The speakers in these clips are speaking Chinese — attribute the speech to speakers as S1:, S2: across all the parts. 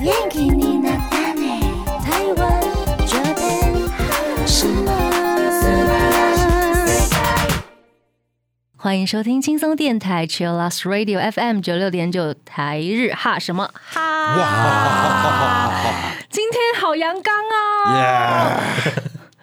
S1: 元気になったね台湾这边什么？
S2: 欢迎收听轻松电台 Chillus Radio FM 九六点九台日哈什么哈？哇！今天好阳刚啊！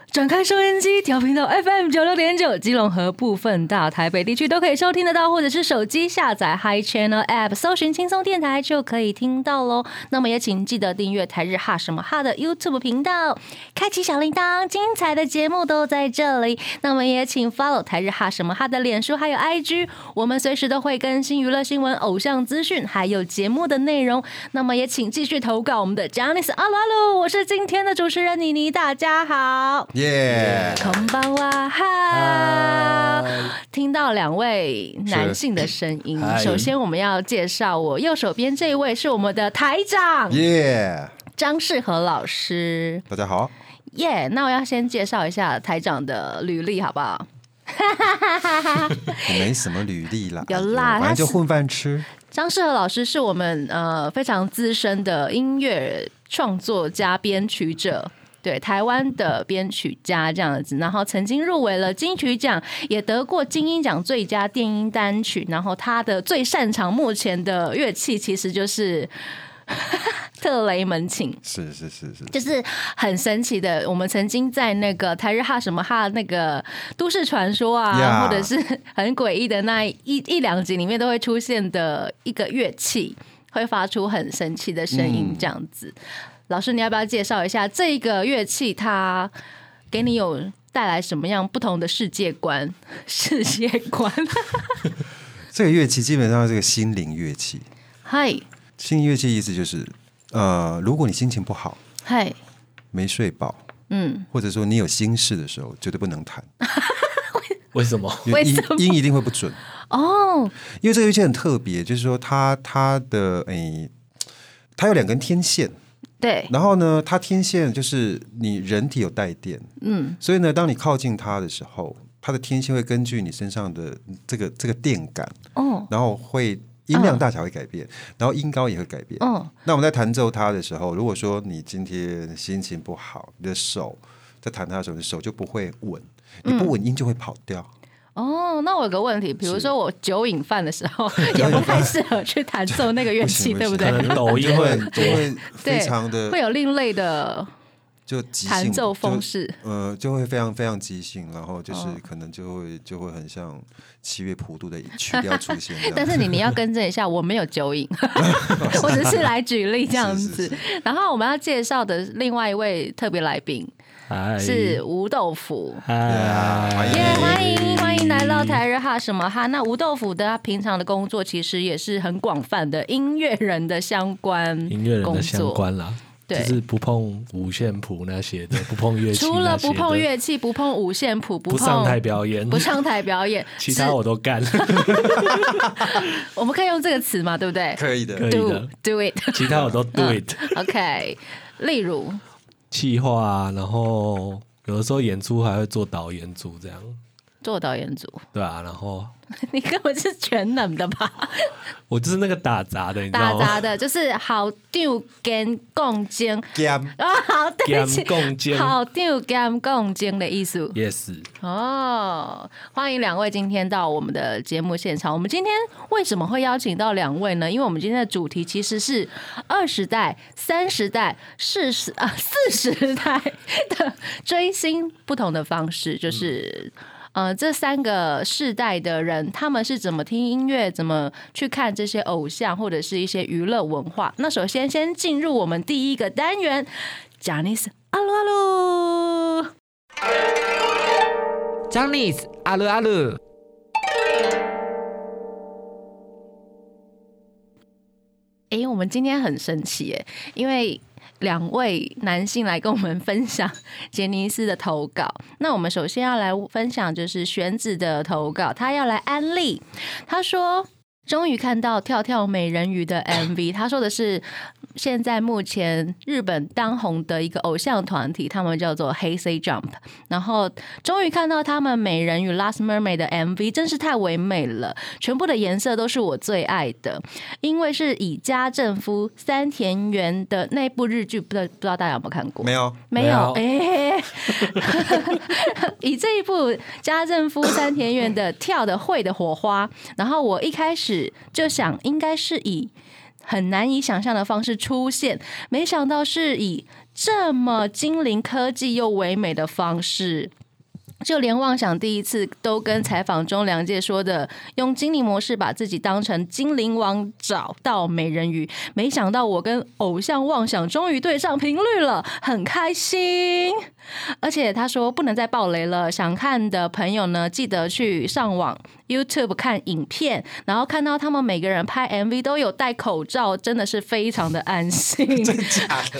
S2: 转开收音机，调频道 FM 九六点九，基隆和部分大台北地区都可以收听得到，或者是手机下载 Hi Channel App，搜寻轻松电台就可以听到喽。那么也请记得订阅台日哈什么哈的 YouTube 频道，开启小铃铛，精彩的节目都在这里。那么也请 follow 台日哈什么哈的脸书还有 IG，我们随时都会更新娱乐新闻、偶像资讯，还有节目的内容。那么也请继续投稿我们的 j a n i c e 阿鲁阿鲁，我是今天的主持人妮妮，大家好。
S3: 耶！
S2: 空巴哇啊哈！听到两位男性的声音
S3: 嗨，
S2: 首先我们要介绍我右手边这一位是我们的台长
S3: 耶！
S2: 张世和老师。
S3: 大家好，
S2: 耶、那我要先介绍一下台长的履历，好不好？
S3: 我没什么履历啦，
S2: 有啦
S3: 哎
S2: 他
S3: 呦
S2: 是
S3: 反正就混饭吃。
S2: 张世和老师是我们呃非常资深的音乐创作家、编曲者。对台湾的编曲家这样子，然后曾经入围了金曲奖，也得过金鹰奖最佳电音单曲。然后他的最擅长目前的乐器其实就是特雷门琴，
S3: 是是是是，
S2: 就是很神奇的。我们曾经在那个台日哈什么哈那个都市传说啊
S3: Yeah
S2: 或者是很诡异的那一一两集里面都会出现的一个乐器，会发出很神奇的声音，这样子。老师，你要不要介绍一下这个乐器它给你有带来什么样不同的世界观？世界观，
S3: 这个乐器基本上是个心灵乐器。
S2: 嗨
S3: 心灵乐器意思就是，呃，如果你心情不好、
S2: 嗨，
S3: 没睡饱，
S2: 嗯，
S3: 或者说你有心事的时候，绝对不 能弹，
S4: 为什么？
S3: 因
S2: 为
S3: 音
S2: 什么
S3: 音一定会不准。
S2: 哦，
S3: 因为这个乐器很特别，就是说它它的诶，它有两根天线，
S2: 对，
S3: 然后呢，它天线就是你人体有带电，嗯，所以呢，当你靠近它的时候，它的天线会根据你身上的这个这个电感，
S2: 哦，
S3: 然后会音量大小会改变，然后音高也会改变。
S2: 嗯，
S3: 那我们在弹奏它的时候，如果说你今天心情不好，你的手在弹它的时候，你手就不会稳，
S2: 嗯
S3: 你不稳音就会跑掉。
S2: 哦，那我有个问题，比如说我酒瘾犯的时 候，也不太适合去弹奏那个乐器，
S3: 不行
S2: 对不
S3: 不
S2: 对
S3: 行
S4: 可？能抖音
S3: 就会
S4: 很多
S3: 就，会
S2: 对
S3: 非常 的
S2: 会有另类的
S3: 就即兴
S2: 弹奏方
S3: 就
S2: 式。
S3: 呃，就会非常非常即兴，然后
S2: 哦
S3: 就是可能就会就会很像七月普渡的 曲调出现这样。
S2: 但是你你要更正一下，我没有酒 瘾，我只是来举例这样
S3: 是
S2: 子
S3: 是。
S2: 然后我们要介绍的另外一位特别来宾
S3: 哎
S4: 嗨
S2: 是吴豆腐。
S4: 嗨，
S2: 耶、欢迎欢迎来到台日哈什么哈。那吴豆腐的他平常的工作其实也是很广泛的音乐人的相关
S4: 音乐人
S2: 工
S4: 的相
S2: 作，
S4: 关啦，
S2: 对
S4: 就是不碰五线谱那些的，不碰乐器，
S2: 除了不碰，乐器、不碰五线谱、不
S4: 不
S2: 碰
S4: 上台表演，
S2: 不上台表演
S4: ，其
S2: 是
S4: 他我都干，
S2: 我们可以用这个词嘛，对不对
S3: 可以的，
S4: 可以
S2: ？Do
S4: 的，
S2: do it
S4: 其他我都 do it，
S2: OK。例如，
S4: 企划啊，然后有的时候演出还会做导演组这样，
S2: 做导演组，
S4: 对啊，然后
S2: 你根本是全能的吧？
S4: 我就是那个打杂的，你知
S2: 打
S4: 道
S2: 杂
S4: 吗？
S2: 的，就是好丢跟共间
S3: ，Gam
S2: 啊，好对不
S4: 兼
S2: 起，
S4: 共兼
S2: 好丢跟共间的意思。
S4: ，yes，
S2: 哦，欢迎两位今天到我们的节目现场。我们今天为什么会邀请到两位呢？因为我们今天的主题其实是二十代、三十代、四十啊四十代的追星不同的方式，就是。呃，这三个世代的人，他们是怎么听音乐，怎么去看这些偶像或者是一些娱乐文化？那首先先进入我们第一个单元 j a n i c e 阿鲁阿鲁。
S5: j a n i c e 阿鲁阿鲁，
S2: 诶，哎我们今天很神奇耶，因为两位男性来跟我们分享杰尼斯的投稿。那我们首先要来分享就是玄子的投稿，他要来安利。他说，终于看到跳跳美人鱼的 MV，他说的是现在目前日本当红的一个偶像团体，他们叫做 Heisei Jump。然后终于看到他们《美人鱼 Last Mermaid》的 MV，真是太唯美了，全部的颜色都是我最爱的。因为是以家政夫三田园的那部日剧，不知道不知道大家有没有看过？
S3: 没有，
S2: 没有，
S4: 没
S2: 哎，以这一部家政夫三田园的《跳的会的火花》，然后我一开始就想，应该是以很难以想象的方式出现，没想到是以这么精灵科技又唯美的方式。就连妄想第一次都跟采访中梁介说的，用精灵模式把自己当成精灵王找到美人鱼，没想到我跟偶像妄想终于对上频率了，很开心。而且他说不能再爆雷了，想看的朋友呢，记得去上网 YouTube 看影片，然后看到他们每个人拍 MV 都有戴口罩，真的是非常的安心。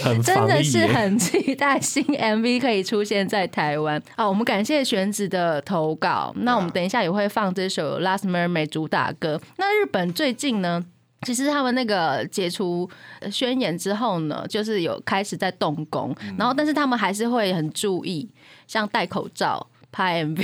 S4: 很
S2: 真
S4: 防
S2: 的
S4: 疫
S2: 是
S4: 耶
S2: 很期待新 MV 可以出现在台湾啊！我们感谢玄子的投稿，那我们等一下也会放这首《Last Mermaid》主打歌。那日本最近呢？其实他们那个解除呃宣言之后呢，就是有开始在动工，然后但是他们还是会很注意，像戴口罩拍 MV，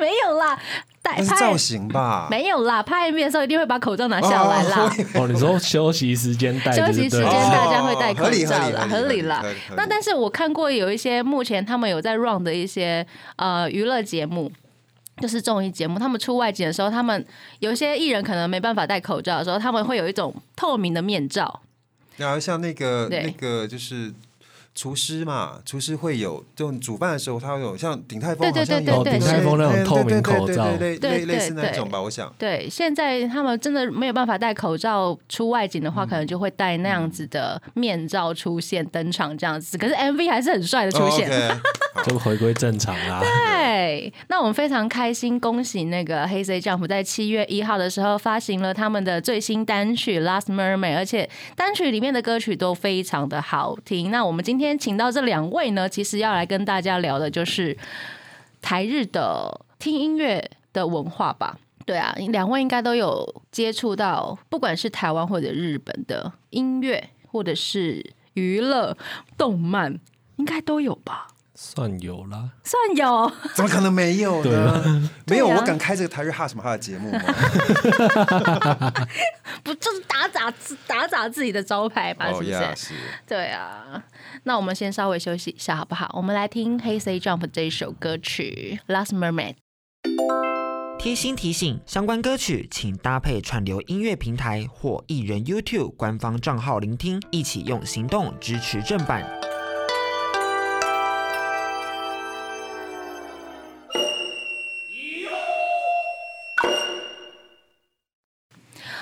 S2: 没 有啦，戴
S3: 那是
S2: 哎拍
S3: 造型啊吧？
S2: 没有啦，拍 MV 的时候一定会把口罩拿下来 啦。
S4: 哦，你说休息时间带着
S2: 休
S4: 就对
S2: 息
S4: 了，
S2: 时间大家会戴口
S3: 哦合理
S2: 罩
S3: 合理
S2: 啦，
S3: 合理
S2: 理啦
S3: 合理合。理
S2: 那但是我看过有一些目前他们有在 run 的一些呃娱乐节目。就是综艺节目，他们出外景的时候，他们有些艺人可能没办法戴口罩的时候，他们会有一种透明的面罩，
S3: 然后像那个
S2: 对
S3: 那个就是厨师嘛，厨师会有这种煮饭的时候，他会有像鼎泰
S2: 对
S3: 丰
S2: 对
S3: 好像
S2: 对
S3: 有
S2: 对对对
S4: 哦鼎泰丰那种透明口罩
S3: 对对对对对
S2: 对对
S3: 类类似那
S2: 对
S3: 种吧，我想。
S2: 对，现在他们真的没有办法戴口罩出外景的话，可
S3: 嗯
S2: 能就会戴那样子的面罩出现登场这样子。可是 MV 还是很帅的出现。
S3: 哦，OK
S4: 就回归正常啦。
S2: 对，那我们非常开心，恭喜那个黑 C Jump 在七月一号的时候发行了他们的最新单曲《Last Mermaid》，而且单曲里面的歌曲都非常的好听。那我们今天请到这两位呢，其实要来跟大家聊的就是台日的听音乐的文化吧。对啊，两位应该都有接触到，不管是台湾或者日本的音乐，或者是娱乐、动漫，应该都有吧？
S4: 算有啦，
S2: 算有。
S3: 怎么可能没有
S4: 对
S3: 呢？没有，
S2: 对啊
S3: 我敢开这个台日哈什么哈的节目吗？
S2: 不就是打砸自打砸自己的招牌吗？啊是不是
S3: 哦呀，是
S2: 对啊，那我们先稍微休息一下好不好？我们来听《Hey Say Jump》这一首歌曲《Last Mermaid》。
S5: 贴心提醒：相关歌曲请搭配串流音乐平台或艺人 YouTube 官方账号聆听，一起用行动支持正版。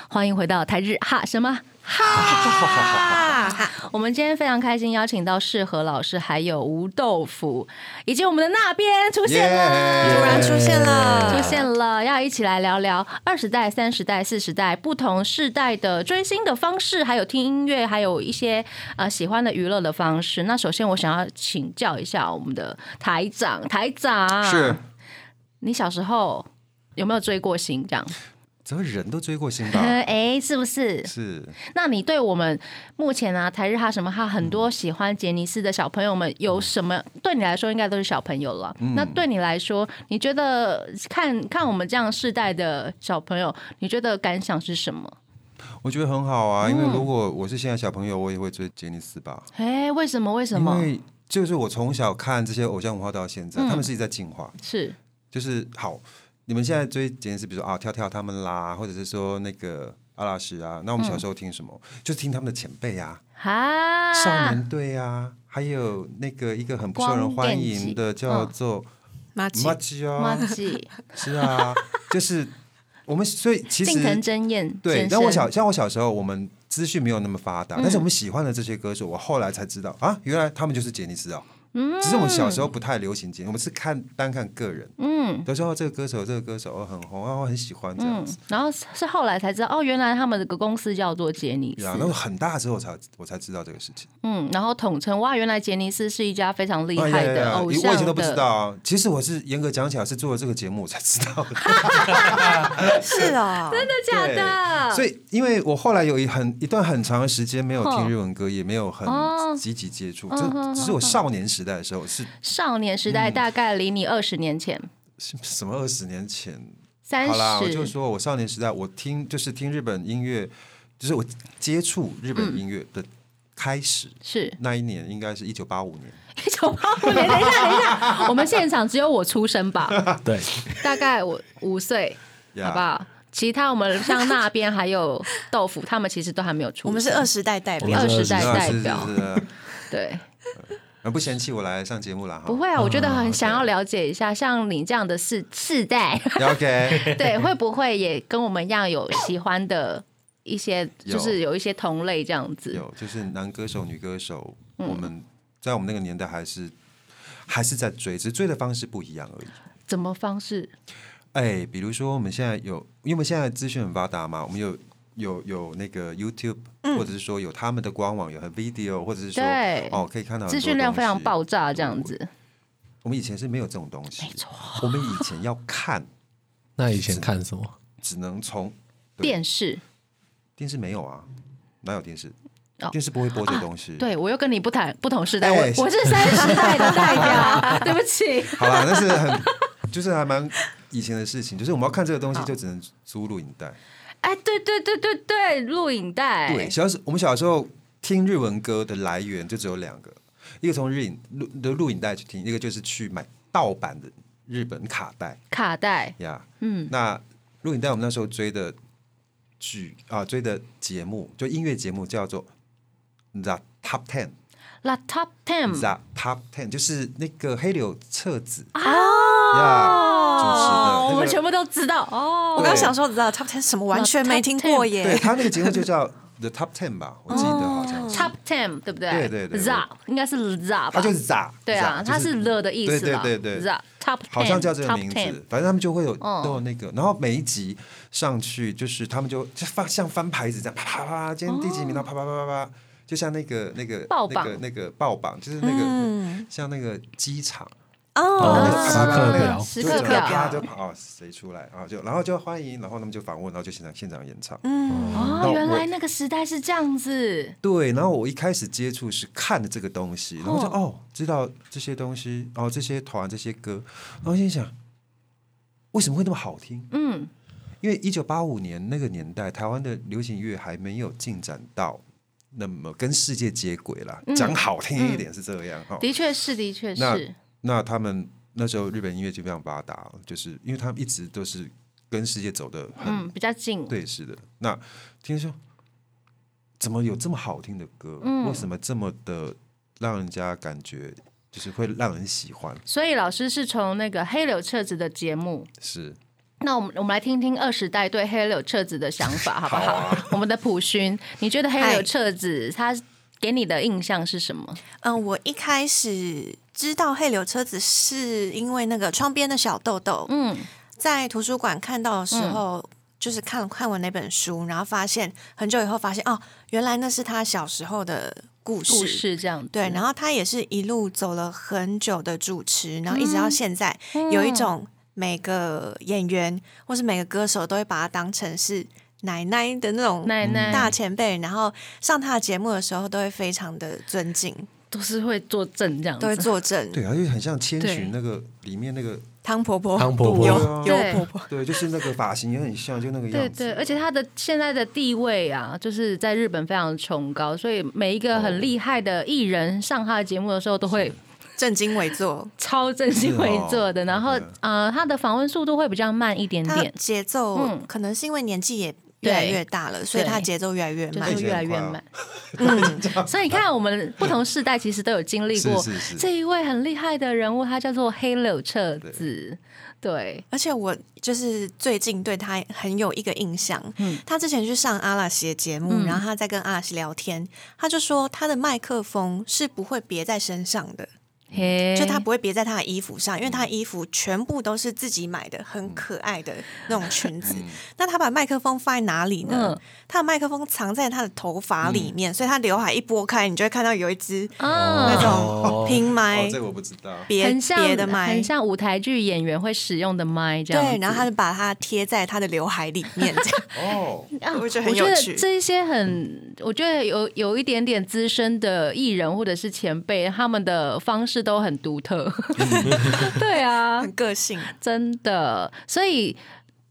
S2: 欢迎回到台日哈什么哈。我们今天非常开心，邀请到世和老师，还有吴豆腐，以及我们的那边出现了。
S3: 耶
S6: 突然出现了，
S2: 出现了，要一起来聊聊二十代、三十代、四十代不同世代的追星的方式，还有听音乐，还有一些呃喜欢的娱乐的方式。那首先，我想要请教一下我们的台长，台长，
S3: 是，
S2: 你小时候有没有追过星？这样，
S3: 怎么人都追过星吧？
S2: 哎、是不是？
S3: 是，
S2: 那你对我们目前啊台日哈什么哈很多喜欢杰尼斯的小朋友们有什么？对你来说应该都是小朋友了。
S3: 嗯
S2: 那对你来说，你觉得看看我们这样世代的小朋友，你觉得感想是什么？
S3: 我觉得很好啊，因为如果我是现在小朋友，我也会追杰尼 斯吧，
S2: 哎，为什么？为什
S3: 因
S2: 么？嗯
S3: 为就是我从小看这些偶像文化到现在，他们是一直在进化，
S2: 是
S3: 就是好，你们现在追杰尼斯，比如说啊跳跳他们啦，或者是说那个阿拉什啊，那我们小时候听什么？就是听他们的前辈啊，
S2: 嗯啊，
S3: 少年队啊，还有那个一个很不受人欢迎的叫做
S2: 嗯
S6: 马吉
S3: 马吉啊，
S2: 忘记
S3: 是啊，就是我们所以其
S2: 近藤
S3: 实
S2: 真彦
S3: 对
S2: 先，
S3: 但我
S2: 生嗯
S3: 小像我小时候我们。资讯没有那么发达，但是我们喜欢的这些歌手，我后来才知道啊，原来他们就是杰尼斯哦。
S2: 嗯
S3: 只是我们小时候不太流行经典，我们是看单看个人，
S2: 嗯
S3: 都说哦这个歌手这个歌手哦很红哦很喜欢这样
S2: 嗯
S3: 子。，
S2: 然后是后来才知道，哦，原来他们的公司叫做杰尼斯
S3: 啊呀，那我很大之后才我才知道这个事情。
S2: 嗯，然后统称哇，原来杰尼斯是一家非常厉
S3: 哎
S2: 害
S3: 呀呀
S2: 的
S3: 呀
S2: 偶
S3: 我
S2: 像的，
S3: 以前都不知道啊。其实我是严格讲起来是做了这个节目我才知道的。
S6: 是啊，真的
S2: 真的假的？
S3: 所以，因为我后来有一很一段很长的时间没有
S2: 哦
S3: 听日文歌，也没有很
S2: 哦
S3: 积极接触，
S2: 嗯哼
S3: 这只是我少年时代的时候，是
S2: 少年时
S3: 嗯
S2: 代大概离你二十年前，
S3: 是什么二十年前？
S2: 三
S3: 好啦，我就
S2: 十，
S3: 说我少年时代，我听就是听日本音乐，就是我接触日本音乐的开始。
S2: 是
S3: 那一年应该是一九八五年，
S2: 一九八五年。等一下，等一下，我们现场只有我出生吧，
S4: 对，
S2: 大概我五岁，
S3: 呀
S2: 好不好？其他我们像那边还有豆腐，他们其实都还没有出生。
S6: 我们是二十代代表，
S2: 二
S4: 我们是
S2: 十代
S3: 那
S2: 代
S3: 是
S2: 表，
S3: 是是是
S2: 对，
S3: 呃不嫌弃我来上节目了哈？
S2: 不会啊，我
S3: 哦
S2: 觉得很想要了解一下，像你这样的世世代，
S3: ，OK，
S2: 对，会不会也跟我们一样有喜欢的一些，
S3: 有
S2: 就是有一些同类这样子？
S3: 有就是男歌手、女歌手，
S2: 嗯
S3: 我们在我们那个年代还是还是在追，只是追的方式不一样而已。
S2: 怎么方式？
S3: 哎，比如说我们现在有，因为我们现在资讯很发达嘛，我们有有有那个 YouTube，、或者是说有他们的官网，有很 video，或者是说
S2: 嗯对
S3: 哦可以看到很
S2: 资
S3: 多
S2: 讯量非常
S3: 东西
S2: 爆炸，这样子。
S3: 我们以前是没有这种东西，没错，我们以前要看，
S4: 那以前看什么？
S3: 只能从对
S2: 电视，
S3: 电视没有啊，哪有电视？
S2: 哦
S3: 电视不会播这东西。，
S2: 对我又跟你不谈不同时代，我
S3: 哎
S2: 我是三十代的代 表，对不起。
S3: 好了，那是很 就是还蛮以前的事情，就是我们要看这
S2: 哦
S3: 个东西，就只能租录影带。
S2: 哎，对对对对对，录影带，
S3: 对，小时我们小时候听日文歌的来源就只有两个，一个从日影录的录影带去听，一个就是去买盗版的日本卡带
S2: 卡带，
S3: 呀。
S2: 嗯，
S3: 那录影带我们那时候追的剧啊，追的节目就音乐节目叫做 The Top Ten。
S2: La Top Ten，
S3: The Top Ten 就是那个黑柳彻子呀主持的那个，
S6: 哦
S2: 哦我们全部都知道哦
S6: 我。刚想说，你知道 Top Ten 什么完全没听过
S3: 对
S6: 耶？
S3: 他那个节目就叫 The Top Ten 吧，我记得好像是，
S2: Top Ten 对不对？
S3: 对对对
S2: z a 应该是 z a 吧？
S3: 他就是 The，
S2: 对啊，它是 the 的意思啦。
S3: 对对对
S2: z
S3: 对
S2: a Top Ten，
S3: 好像叫这个
S2: Top
S3: 名字
S2: 10，
S3: 反正他们就会有
S2: 嗯
S3: 都有那个，然后每一集上去就是他们就就放像翻牌子这样啪啪啪，今天第几名，然后啪啪啪啪啪，就像那个那个
S2: 爆
S3: 那
S2: 榜嗯
S3: 个那个爆榜，就是那个像那个机场。
S6: 哦，
S4: 哦，时刻表，
S2: 时
S3: 就
S2: 刻
S3: 就
S2: 表啊
S3: 啪就跑哦谁出来啊？就然后就欢迎，然后他们就访问，然后就现场现场演唱。
S2: 哦
S3: 那，我
S2: 原来那个时代是这样子。
S3: 对，然后
S2: 嗯
S3: 我一开始接触是看的这个东西，然后就哦，知道这些东西，哦，这些团这些歌，然后心想，为什么会那么好听？
S2: 嗯，
S3: 因为一九八五年那个年代，台湾的流行乐还没有进展到那么跟世界接轨啦。讲好听一点是这样哈、哦
S2: 嗯的确是，的确
S3: 那嗯
S2: 是。
S3: 那他们那时候日本音乐就非常发达，就是因为他们一直都是跟世界走的很、
S2: 嗯，比较近。
S3: 对，是的。那听说怎么有这么好听的歌？
S2: 嗯
S3: 为什么这么的让人家感觉就是会让人喜欢？
S2: 所以老师是从那个黑柳彻子的节目，
S3: 是
S2: 那我们我们来听听二十代对黑柳彻子的想法，好不好？
S6: 啊
S2: 我们的普勋，你觉得黑柳彻子他给你的印象是什么？
S6: 嗯，我一开始知道黑柳车子是因为那个窗边的小豆豆，
S2: 嗯，
S6: 在图书馆看到的时候，就是看看完那本书，然后发现很久以后发现哦，原来那是他小时候的故事。
S2: 故事嗯这样子
S6: 对，然后他也是一路走了很久的主持，然后一直到现在，
S2: 嗯
S6: 有一种每个演员或是每个歌手都会把他当成是奶奶的那种
S2: 奶奶
S6: 嗯大前辈，然后上他的节目的时候都会非常的尊敬，
S2: 都是会作证这样
S6: 都会
S2: 子。
S6: 作证。
S3: 对，而且很像千
S2: 对
S3: 寻那个里面那个，
S6: 汤婆婆，
S4: 汤婆婆
S6: 有
S3: 对
S2: 啊
S6: 有婆婆，
S3: 对，就是那个发型也很像，就那个样
S2: 对
S3: 子。
S2: 对，而且他的现在的地位啊，就是在日本非常崇高，所以每一个很厉害的艺人上他的节目的时候，都会
S6: 正襟危坐，
S2: 超正襟危坐的。
S3: 是哦
S2: 然后
S3: 对
S2: 呃，他的访问速度会比较慢一点
S6: 她
S2: 点，
S6: 节奏
S2: 嗯
S6: 可能是因为年纪也越来越大了，所以她节奏越来越
S2: 就
S6: 慢
S2: 是。
S3: 以
S2: 越
S3: 前
S2: 来
S3: 很
S2: 越
S3: 快啊
S2: 慢。嗯，所以你看，我们不同世代其实都有经历过
S3: 是是是
S2: 这一位很厉害的人物，他叫做黑柳彻子。对，
S6: 而且我就是最近对她很有一个印象，她之前去上阿拉西的节目，然后她在跟阿拉西聊天，她就说她的麦克风是不会别在身上的，
S2: 嘿，
S6: 就它不会别在他的衣服上，因为
S2: 嗯
S6: 他的衣服全部都是自己买的，很可爱的那种裙子。 那他把麦克风放在哪里呢
S2: 嗯？
S6: 他的麦克风藏在他的头发里面，所以他刘海一拨开，你就会看到有一只
S2: 啊
S6: 那
S4: 哦
S6: 种拼麦
S3: 哦，这个我不知道。
S6: 别
S2: 很像
S6: 别的麦
S2: 很。像舞台剧演员会使用的麦这样子。
S6: 对，然后他就把它贴在他的刘海里面，这样
S3: 哦，
S2: 啊
S6: 我觉
S2: 我
S6: 得很
S2: 觉
S6: 有
S2: 得
S6: 趣
S2: 这一些很，我觉得有有一点点资深的艺人或者是前辈，他们的方式都很独特。 对啊，
S6: 很个性。
S2: 真的，所以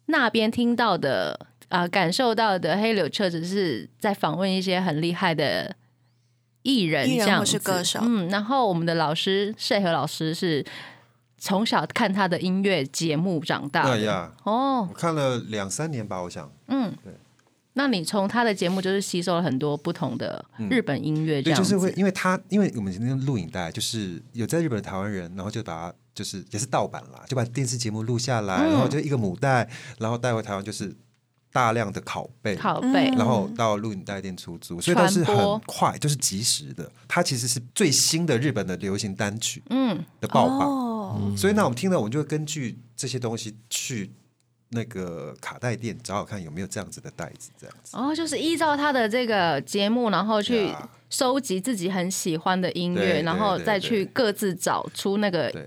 S2: 那边听到的啊、呃感受到的黑柳彻只是在访问一些很厉害的艺人，
S6: 艺人
S2: 这样
S6: 或是
S2: 子
S6: 歌手
S2: 嗯，然后我们的老师谢和老师是从小看他的音乐节目长大
S3: 那
S2: 的。
S3: 呀，
S2: 哦
S3: 我，看了两三年吧，我想。
S2: 嗯
S3: 对，
S2: 那你从他的节目就是吸收了很多不同的日本音乐，这
S3: 嗯对，
S2: 样
S3: 就
S2: 子、
S3: 是会，因为他，因为我们那个录影带，就是有在日本的台湾人，然后就把它，就是也是盗版啦，就把电视节目录下
S2: 嗯
S3: 来，然后就一个母带，然后带回台湾，就是大量的拷贝，
S2: 拷贝、
S3: 然后到录影带店出租，所以都是
S2: 传播
S3: 很快，就是及时的。它其实是最新的日本的流行单曲
S2: 嗯，
S3: 的爆榜，
S6: 哦，
S3: 所以呢，我们听了，我们就会根据这些东西去那个卡带店找找看有没有这样子的袋子，这样子。
S2: 哦，就是依照他的这个节目，然后去
S3: Yeah
S2: 收集自己很喜欢的音乐，
S3: 啊对
S2: 然后
S3: 对对
S2: 再
S3: 对
S2: 去各自找出那个
S3: 对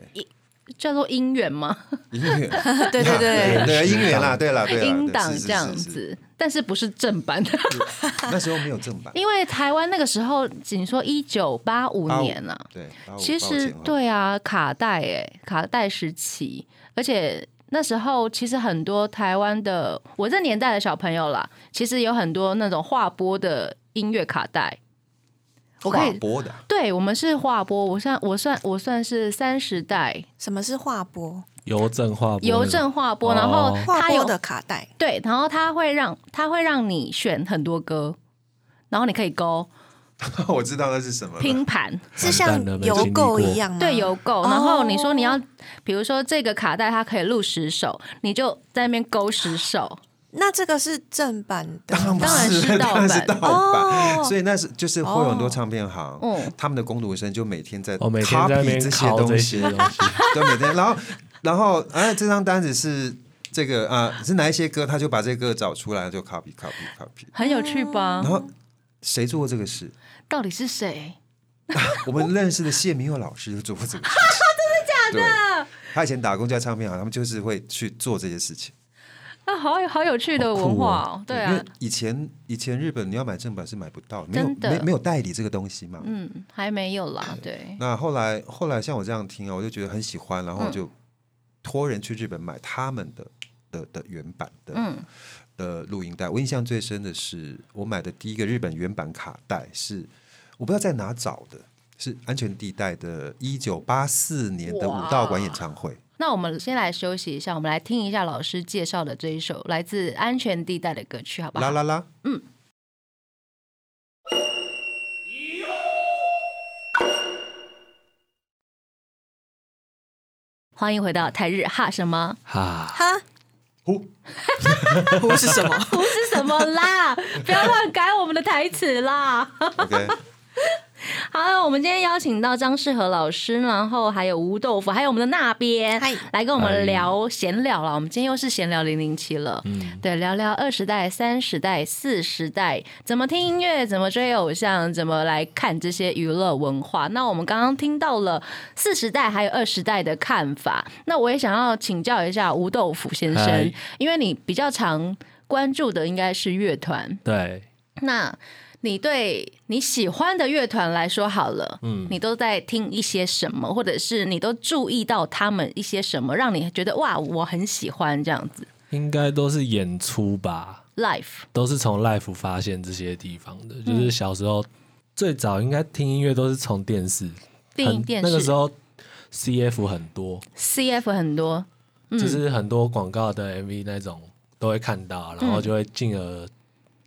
S2: 叫做音源吗？
S3: 音乐，
S6: 对对对，
S3: 对音乐啦，啊对啦，对啦，
S2: 音
S3: 对
S2: 档
S3: 是是
S2: 这样
S3: 是是
S2: 子，但是不是正版 的？
S3: 那时候没有正版，
S2: 因为台湾那个时候，仅说一九八五
S3: 85
S2: 年啊，
S3: 对，把我
S2: 其
S3: 把我
S2: 实
S3: 剪了
S2: 对啊，卡带哎、卡带时期，而且那时候其实很多台湾的我这年代的小朋友啦，其实有很多那种划拨的音乐卡带。我可
S3: 跨
S2: 以
S3: 播的啊，
S2: 对，我们是划拨，我算我算我算是三十代
S6: 什么是画波？
S4: 邮政划
S3: 嗯
S4: 拨
S2: 邮政划拨，然后
S4: 哦
S6: 画
S2: 它
S6: 波
S2: 有
S6: 的卡带，
S2: 对，然后它会让它会让你选很多歌，然后你可以勾
S3: 我知道那是什么了。
S2: 拼盘，
S6: 是像邮购一样吗？
S2: 对邮购，然后你说你要，比如说这个卡带它可以录十首，你就在那边勾十首，
S6: 那这个是正版 的，
S3: 当
S2: 当然
S3: 是
S2: 是盗
S3: 当然是
S2: 版
S3: 盗版，
S6: 哦
S3: 所以那是就是会有很多唱片
S2: 嗯
S3: 行，他们的工读生就每天在
S4: 哦，每天在那
S3: copy
S4: 边
S3: 这些
S4: 拷
S3: 东
S4: 这
S3: 西
S4: 些，东西，
S3: 对，每天，然后然后哎，这张单子是这个啊，是哪一些歌，他就把这个找出来就 copy copy copy，
S2: 很有趣吧
S3: 然？后谁做过这个事？
S2: 到底是谁？
S3: 我们认识的谢明佑老师就做过这个事情，真的假的？他以前打工在唱片行，他们就是会去做这些事情。
S2: 啊，好有好有趣的
S4: 好酷
S2: 文化
S4: 哦
S2: 哦，对
S3: 因
S2: 啊
S3: 为，以前以前日本你要买正版是买不到，没有
S2: 真的
S3: 没没有代理这个东西嘛。
S2: 嗯，还没有啦，对，
S3: 那后来后来像我这样听啊，我就觉得很喜欢，然后我就托人去日本买他们的的的原版的、
S2: 嗯
S3: 的录音带。我印象最深的是我买的第一个日本原版卡带是，我不知道在哪找的，是安全地带的一九八四年的武道馆演唱会。
S2: 那我们先来休息一下，我们来听一下老师介绍的这一首来自安全地带的歌曲，好不
S3: 啦
S2: 好？
S3: 啦啦，
S2: 欢迎回到台日哈什么？
S4: 哈，
S6: 哈，
S3: 呼，
S6: 不是什么？
S2: 不是什么啦，不要乱改我们的台词啦。
S3: OK，
S2: 好，我们今天邀请到张世和老师，然后还有吴豆腐，还有我们的那边
S6: 嗨，
S2: 来跟我
S4: 嗨
S2: 们聊闲聊了。我们今天又是闲聊零零七了，对，聊聊二十代、三十代、四十代怎么听音乐，怎么追偶像，怎么来看这些娱乐文化。那我们刚刚听到了四十代还有二十代的看法，那我也想要请教一下吴豆腐先生
S4: 嗨，
S2: 因为你比较常关注的应该是乐团，
S4: 对，
S2: 那你对你喜欢的乐团来说好了，嗯，你都在听一些什么，或者是你都注意到他们一些什么，让你觉得哇，我很喜欢这样子。
S4: 应该都是演出吧，
S2: Life，
S4: 都是从 life 发现这些地方的，就是小时候最早应该听音乐都是从电视，
S2: 电影
S4: 很
S2: 电
S4: 那个时
S2: 视、
S4: 候 CF 很多，
S2: CF 很多，
S4: 就是很多广告的 MV 那种都会看到，然后就会进而。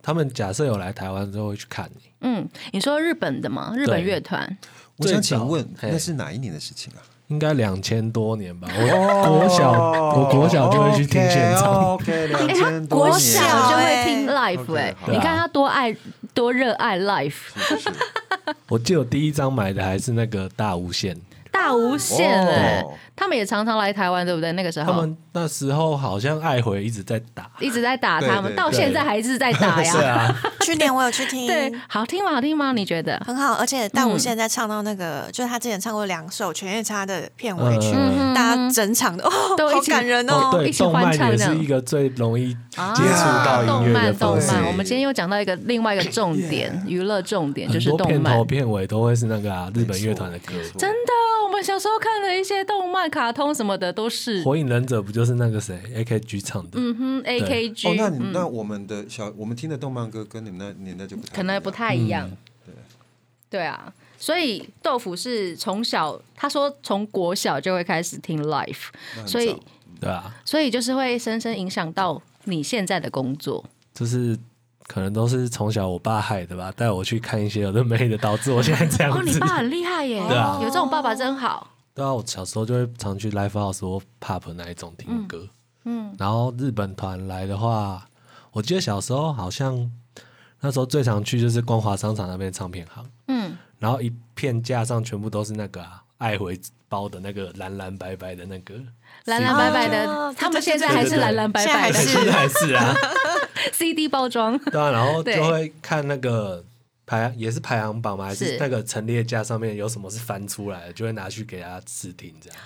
S4: 他们假设有来台湾之后会去看你，
S2: 嗯，你说日本的吗？日本
S4: 对
S2: 乐团，
S3: 我想
S4: 最早
S3: 请问
S4: 嘿
S3: 那是哪一年的事情啊？
S4: 应该两千多年吧。我
S2: 哦
S4: 国小，哦我国小就会去听现场，
S3: OK，两千多
S6: 国
S3: 年
S6: 小
S2: 我就会
S6: 哎
S2: 听 Life，
S3: OK，
S2: 哎、
S3: 好
S2: 你看他多爱多热爱 Life，
S3: 是是是
S4: 我记得我第一张买的还是那个大无线，
S2: 大无限哎、
S3: 哦
S2: 他们也常常来台湾，对不对？那个时
S4: 他
S2: 候
S4: 们那时候好像爱回一直在打，
S2: 一直在打
S3: 对
S2: 他们，
S3: 对
S2: 到
S4: 对
S2: 现在还是在打呀。
S4: 是啊，
S6: 去年我有去听，
S2: 对，好听吗？好听吗？你觉得？
S6: 很好，而且大武
S2: 嗯
S6: 现在唱到那个，就是他之前唱过两首《犬夜叉》的片尾曲，
S2: 嗯
S6: 大家整场的哦，
S2: 都一
S6: 好
S2: 起
S6: 感人
S4: 哦
S6: 哦。
S4: 对，
S2: 一起
S4: 动
S2: 欢
S4: 漫
S2: 唱
S4: 也
S2: 这样
S4: 是一个最容易
S2: 啊
S4: 接触到音乐的
S2: 动
S4: 方
S2: 漫，
S4: 式
S2: 动漫。我们今天又讲到一个另外一个重点，娱乐重点就是
S4: 很多
S2: 动
S4: 片
S2: 漫
S4: 头。片尾都会是那个啊日本乐团的歌，
S3: 没错
S2: 真的，哦我们小时候看的一些动漫、卡通什么的，都是
S4: 《火影忍者》不就是那个谁 A K G 唱的？
S2: 嗯哼，A K
S3: 哦，
S2: G，
S3: 那你那我们的小我们听的动漫歌跟你们那年代就不太
S2: 可能
S3: 一样
S2: 不太一样。
S4: 嗯
S2: 对啊，所以豆腐是从小，他说从国小就会开始听 Life，
S3: 那很
S2: 所以
S3: 早
S4: 对啊，
S2: 所以就是会深深影响到你现在的工作。
S4: 就是可能都是从小我爸害的吧，带我去看一些有的没的，导致我现在这
S2: 哦，
S4: 样
S2: 你
S4: 子。
S2: 爸很厉害耶，
S4: 对啊
S2: 有这种爸爸真好。
S4: 对啊，我小时候就会常去 live house 或 pub 那一种听歌。
S2: 嗯，
S4: 然后日本团来的话，我记得小时候好像那时候最常去就是光华商场那边的唱片行，
S2: 嗯，
S4: 然后一片架上全部都是那个啊爱回包的那个蓝蓝白白的那个，
S2: 蓝蓝白白的
S6: 哦，
S2: 他们现在还是蓝蓝白白
S6: 还
S2: 的
S6: 是
S4: 现在还 是啊，
S2: CD 包装。
S4: 对啊，然后
S2: 对
S4: 就会看那个排也是排行榜嘛，还
S2: 是
S4: 是那个陈列架上面有什么是翻出来的，就会拿去给他试听，这样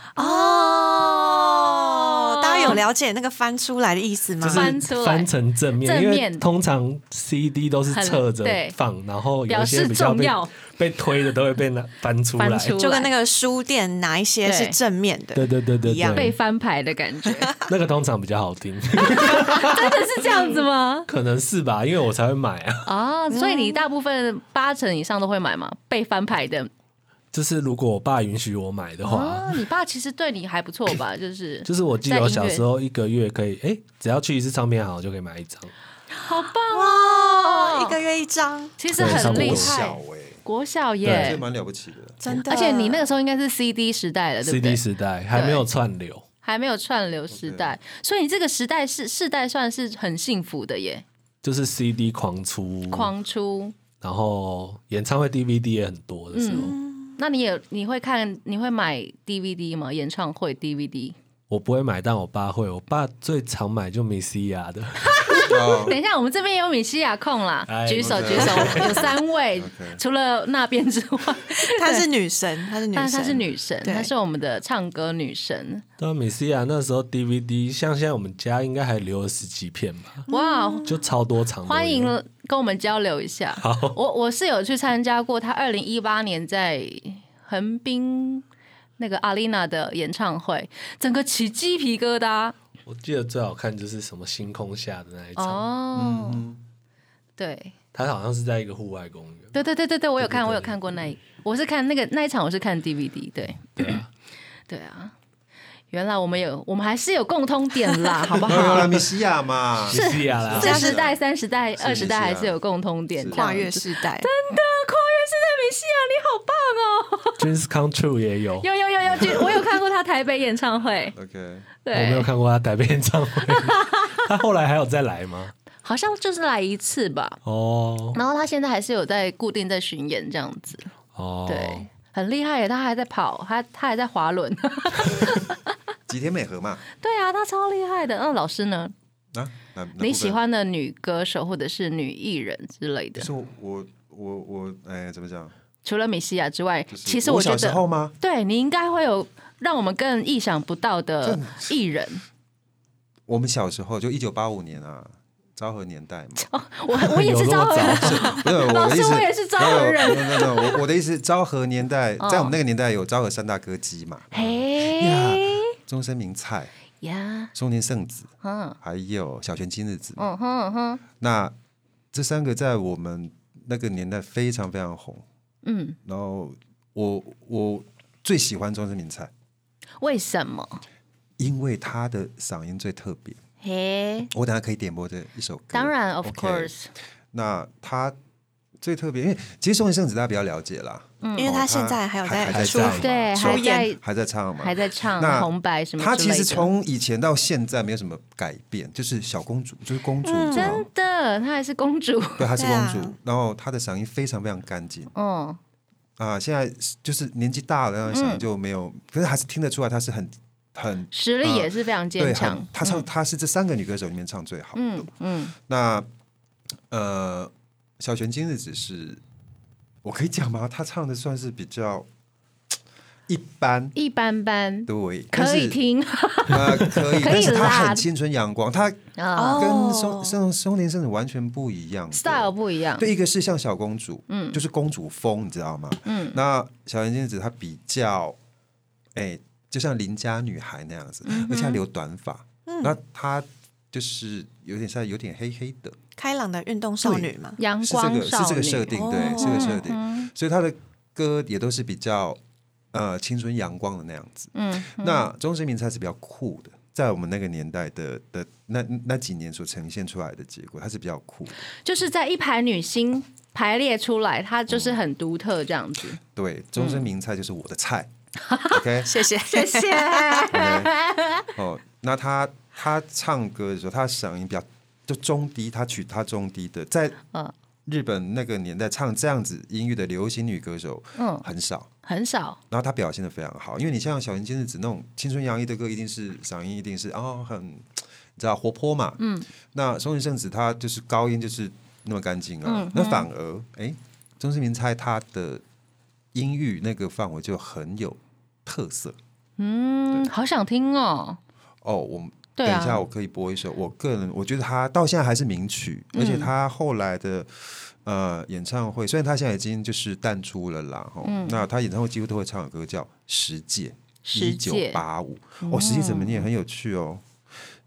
S6: 哦，大家有了解那个翻出来的意思吗？
S2: 翻出来
S4: 翻成正面，
S2: 正
S4: 因
S2: 面
S4: 为通常 CD 都是侧着
S2: 很对
S4: 放，然后有
S2: 表
S4: 一些
S2: 示
S4: 比较
S2: 重
S4: 被
S2: 要
S4: 被推的都会被拿翻 出来，
S2: 翻出
S6: 就跟那个书店哪一些是
S2: 对
S6: 正面的？
S4: 对对对对
S6: 一样
S2: 被
S4: 对，
S2: 翻牌的感觉，
S4: 那个通常比较好听，
S2: 真的 是这样子吗？
S4: 可能是吧，因为我才会买啊。
S2: 啊，所以你大部分八成以上都会买吗？被翻牌的
S4: 就是如果我爸允许我买的话，
S2: 啊，你爸其实对你还不错吧？ 就是
S4: 就是我记得我小时
S2: 候
S4: 候一个月可以，哎，只要去一次唱片行就可以买一张。
S2: 好棒
S6: 哇，
S2: 哦，
S6: 一个月一张，
S2: 其实很厉
S4: 对
S3: 小
S2: 害，
S3: 哎、
S2: 国小
S3: 欸，
S2: 耶
S3: 这，蛮了不起的。
S6: 真的。
S2: 而且你那个时候应该是 CD 时代了，对不
S4: CD
S2: 对？
S4: 时代还没有串流，
S2: 还没有串流时代，所以你这个时代是世代算是很幸福的耶，
S4: 就是 CD 狂出，
S2: 狂出。
S4: 然后演唱会 DVD 也很多的时
S2: 嗯
S4: 候，
S2: 那你也你会看你会买 DVD 吗？演唱会 DVD？
S4: 我不会买，但我爸会。我爸最常买就米西亚的，
S3: 哦
S2: 等一下，我们这边也有米西亚控啦
S4: 哎，
S2: 举手
S3: OK
S2: 举手，有三 位，除了那边之外，
S6: 她是女神，她是女
S2: 但
S6: 神，
S2: 是她是女神，
S6: 对
S2: 她是我们的唱歌女神。
S4: 对啊，米西亚那时候 DVD，像现在我们家应该还留了十几片吧，
S2: 哇，
S4: 就超多场。
S2: 欢迎跟我们交流一下。我我是有去参加过她二零一八年在横滨那个阿丽娜的演唱会，整个起鸡皮疙瘩
S4: 我记得最好看就是什么星空下的那一场，
S2: 哦。对，
S4: 它好像是在一个户外公园。
S2: 对对对对对，我有看，
S4: 对对
S2: 我有看过那一，我是看那个那一场，我是看 DVD，对，对啊，原来我们有，我们还是有共通点啦，好不
S3: 然后
S2: 好？
S3: 哦米西亚嘛，
S4: 米西亚啦，
S2: 四十代、三十代、
S3: 啊是
S2: 二十代
S3: 是啊啊
S2: 还是有共通点，
S6: 跨越
S2: 是
S6: 世代，
S2: 跨越世代美西亚，你好棒哦！
S4: Dreams Come True 也有，
S2: 有有有有就，我有看过他台北演唱会，
S3: OK，
S4: 我没有
S2: 对，
S4: 看过他台北演唱会， 他后来还有再来吗？
S2: 好像就是来一次吧，
S4: 哦
S2: 然后他现在还是有在固定在巡演这样子，
S4: 哦，
S2: 对，很厉害耶，他还在跑，他他还在滑轮，
S3: 吉田美和嘛，
S2: 对啊，他超厉害的。那老师呢？
S3: 啊，那那
S2: 你
S3: 部
S2: 喜
S3: 分
S2: 欢的女歌手或者是女艺人之类的
S3: 就，是我我我我哎，怎么讲？
S2: 除了米西亚之外，
S3: 就是
S2: 其实
S3: 我
S2: 觉
S3: 小时
S2: 得，
S3: 候吗？
S2: 对你应该会有让我们更意想不到的艺人。
S3: 我们小时候就一九八五年啊，昭和年代嘛。
S2: 我 我也是啊
S4: 有这
S2: 昭
S4: 么
S2: 和人，
S3: 不是我
S2: 老
S3: 的意
S2: 师
S3: 思，
S2: 我也是昭和人。哦
S3: 没有。没有没有没有我我的意思，昭和年代，在我们那个年代有昭和三大歌姬嘛，
S2: 嘿
S3: 中森明菜、
S2: 呀，
S3: 松田圣子，
S2: 嗯
S3: 还有小泉今日子。
S2: 嗯哼嗯哼，
S3: 那这三个在我们那个年代非常非常红。
S2: 嗯，
S3: 然后我我最喜欢中森明菜，
S2: 为什么？
S3: 因为她的嗓音最特别。
S2: 嘿，
S3: 我等下可以点播这一首歌。
S2: 当然，of
S3: OK
S2: course，
S3: 那她最特别，因为其实松田圣子大家比较了解啦，
S2: 嗯
S3: 哦
S6: 因为她现在还有
S3: 还
S6: 在
S3: 还
S6: 出
S3: 在嘛
S2: 对，
S3: 所
S2: 还
S3: 以
S2: 在
S3: 还在唱嘛，
S2: 还在唱
S3: 那
S2: 红白什么之
S3: 她
S2: 类的。
S3: 其实从以前到现在没有什么改变，就是小公主，就是公主，你知道吗
S2: 嗯真的，她还是公主。
S3: 对，她是
S6: 对啊
S3: 公主，然后她的嗓音非常非常干净，
S2: 嗯，
S3: 啊，现在是就是年纪大了，想
S2: 嗯
S3: 就没有，可是还是听得出来她是很很
S2: 实力也是非常
S3: 对，
S2: 坚强
S3: 很。她唱她是这三个女歌手里面唱最好的。
S2: 嗯嗯，
S3: 那呃，小泉今日子是，我可以讲吗？她唱的算是比较一般，
S2: 一般般，
S3: 对，但
S2: 可以
S3: 是
S2: 听
S3: 啊，可以，
S2: 可
S3: 但是
S2: 以
S3: 她
S2: 啦
S3: 很青春阳光，她
S2: 啊
S6: 哦
S3: 跟松松松田圣子完全不一样的
S2: ，style 不一样。
S3: 对，一个是像小公主，嗯，就是公主风，你知道吗？嗯，那小圆镜子她比较，哎、就像邻家女孩那样子，
S2: 嗯
S3: 而且她留短发，那她就是有点像有点黑黑的，
S6: 开朗的运动少女嘛，
S2: 阳
S3: 是这
S2: 嗯光
S3: 个是
S2: 少
S3: 这个
S2: 女嗯
S3: 设定，
S6: 哦
S3: 对，是这个设定，所以她的歌也都是比较呃青春阳光的那样子。
S2: 嗯，
S3: 那中之名才是比较酷的。在我们那个年代的的那那几年所呈现出来的结果，它是比较酷的。
S2: 就是在一排女星排列出来，她就是很独特这样 子。
S3: 对，终
S2: 嗯
S3: 身名菜就是我的菜。OK，
S6: 谢 谢谢谢。
S3: 哦，那他他唱歌的时候，他嗓音比较就中低，他取他中低的，在
S2: 嗯
S3: 日本那个年代唱这样子音域的流行女歌手
S2: 嗯，
S3: 很少。
S2: 很少。
S3: 然后她表现的非常好，因为你像小林今日子那种青春洋溢的歌，一定是嗓音一定是哦很，你知道活泼嘛。嗯。那松井圣子她就是高音就是那么干净
S2: 嗯
S3: 啊，那反而哎，钟世明猜她的音域那个范围就很有特色
S2: 嗯，好想听哦。
S3: 哦。我们
S2: 对
S3: 等一下
S2: 啊
S3: 我，可以播一首，我个人我觉得她到现在还是名曲，而
S2: 嗯
S3: 且她后来的。呃，演唱会虽然她现在已经就是淡出了啦，哈、
S2: 嗯
S3: 那她演唱会几乎都会唱的歌叫《十戒》，一
S2: 十
S3: 九
S2: 届
S3: 八五哦，十界怎么念？很有趣哦。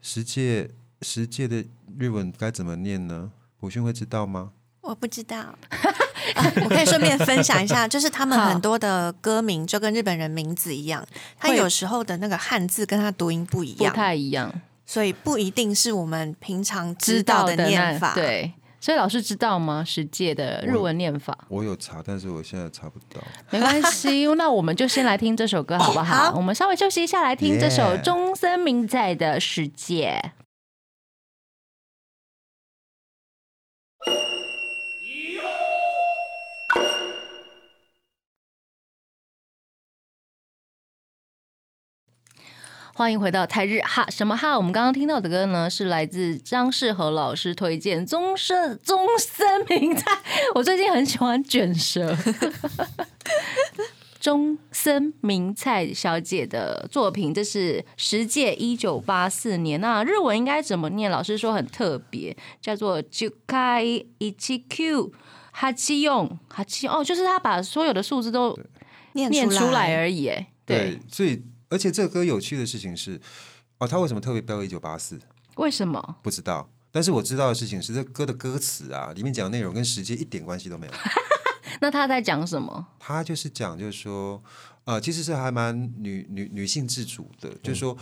S3: 十界十界的日文该怎么念呢？博勋会知道吗？
S6: 我不知道、啊我可以顺便分享一下，就是他们很多的歌名就跟日本人名字一样，他有时候的那个汉字跟他读音不一
S2: 不
S6: 样，
S2: 太一样，
S6: 所以不一定是我们平常
S2: 知
S6: 知
S2: 道
S6: 道
S2: 的
S6: 的
S2: 那
S6: 念法。，
S2: 对。所以老师知道吗？十届的日文念法
S3: 我有查，但是我现在查不到。
S2: 没关系，那我们就先来听这首歌好不好？
S6: 好
S2: 我们稍微休息一下，来听这首
S3: Yeah
S2: 中森明在的《世界》。欢迎回到台日哈什么哈？我们刚刚听到的歌呢，是来自张世和老师推荐宗森宗森明菜。 我最近很喜欢卷舌，中森明菜小姐的作品，这是十届一九八四年。那日文应该怎么念？老师说很特别，叫做 Jukai Ichiku。哈七用哈七哦，就是他把所有的数字都
S6: 念
S2: 念出来
S6: 而
S2: 而已，哎，对，，
S3: 所以而且这个歌有趣的事情是，哦，他为什么特别标一九八四？
S2: 为什么？
S3: 不知道。但是我知道的事情是，这歌的歌词啊，里面讲的内容跟时间一点关系都没有。
S2: 那他在讲什么？
S3: 他就是讲，就是说，呃，其实是还蛮女女女性自主的，
S2: 嗯
S3: 就是说，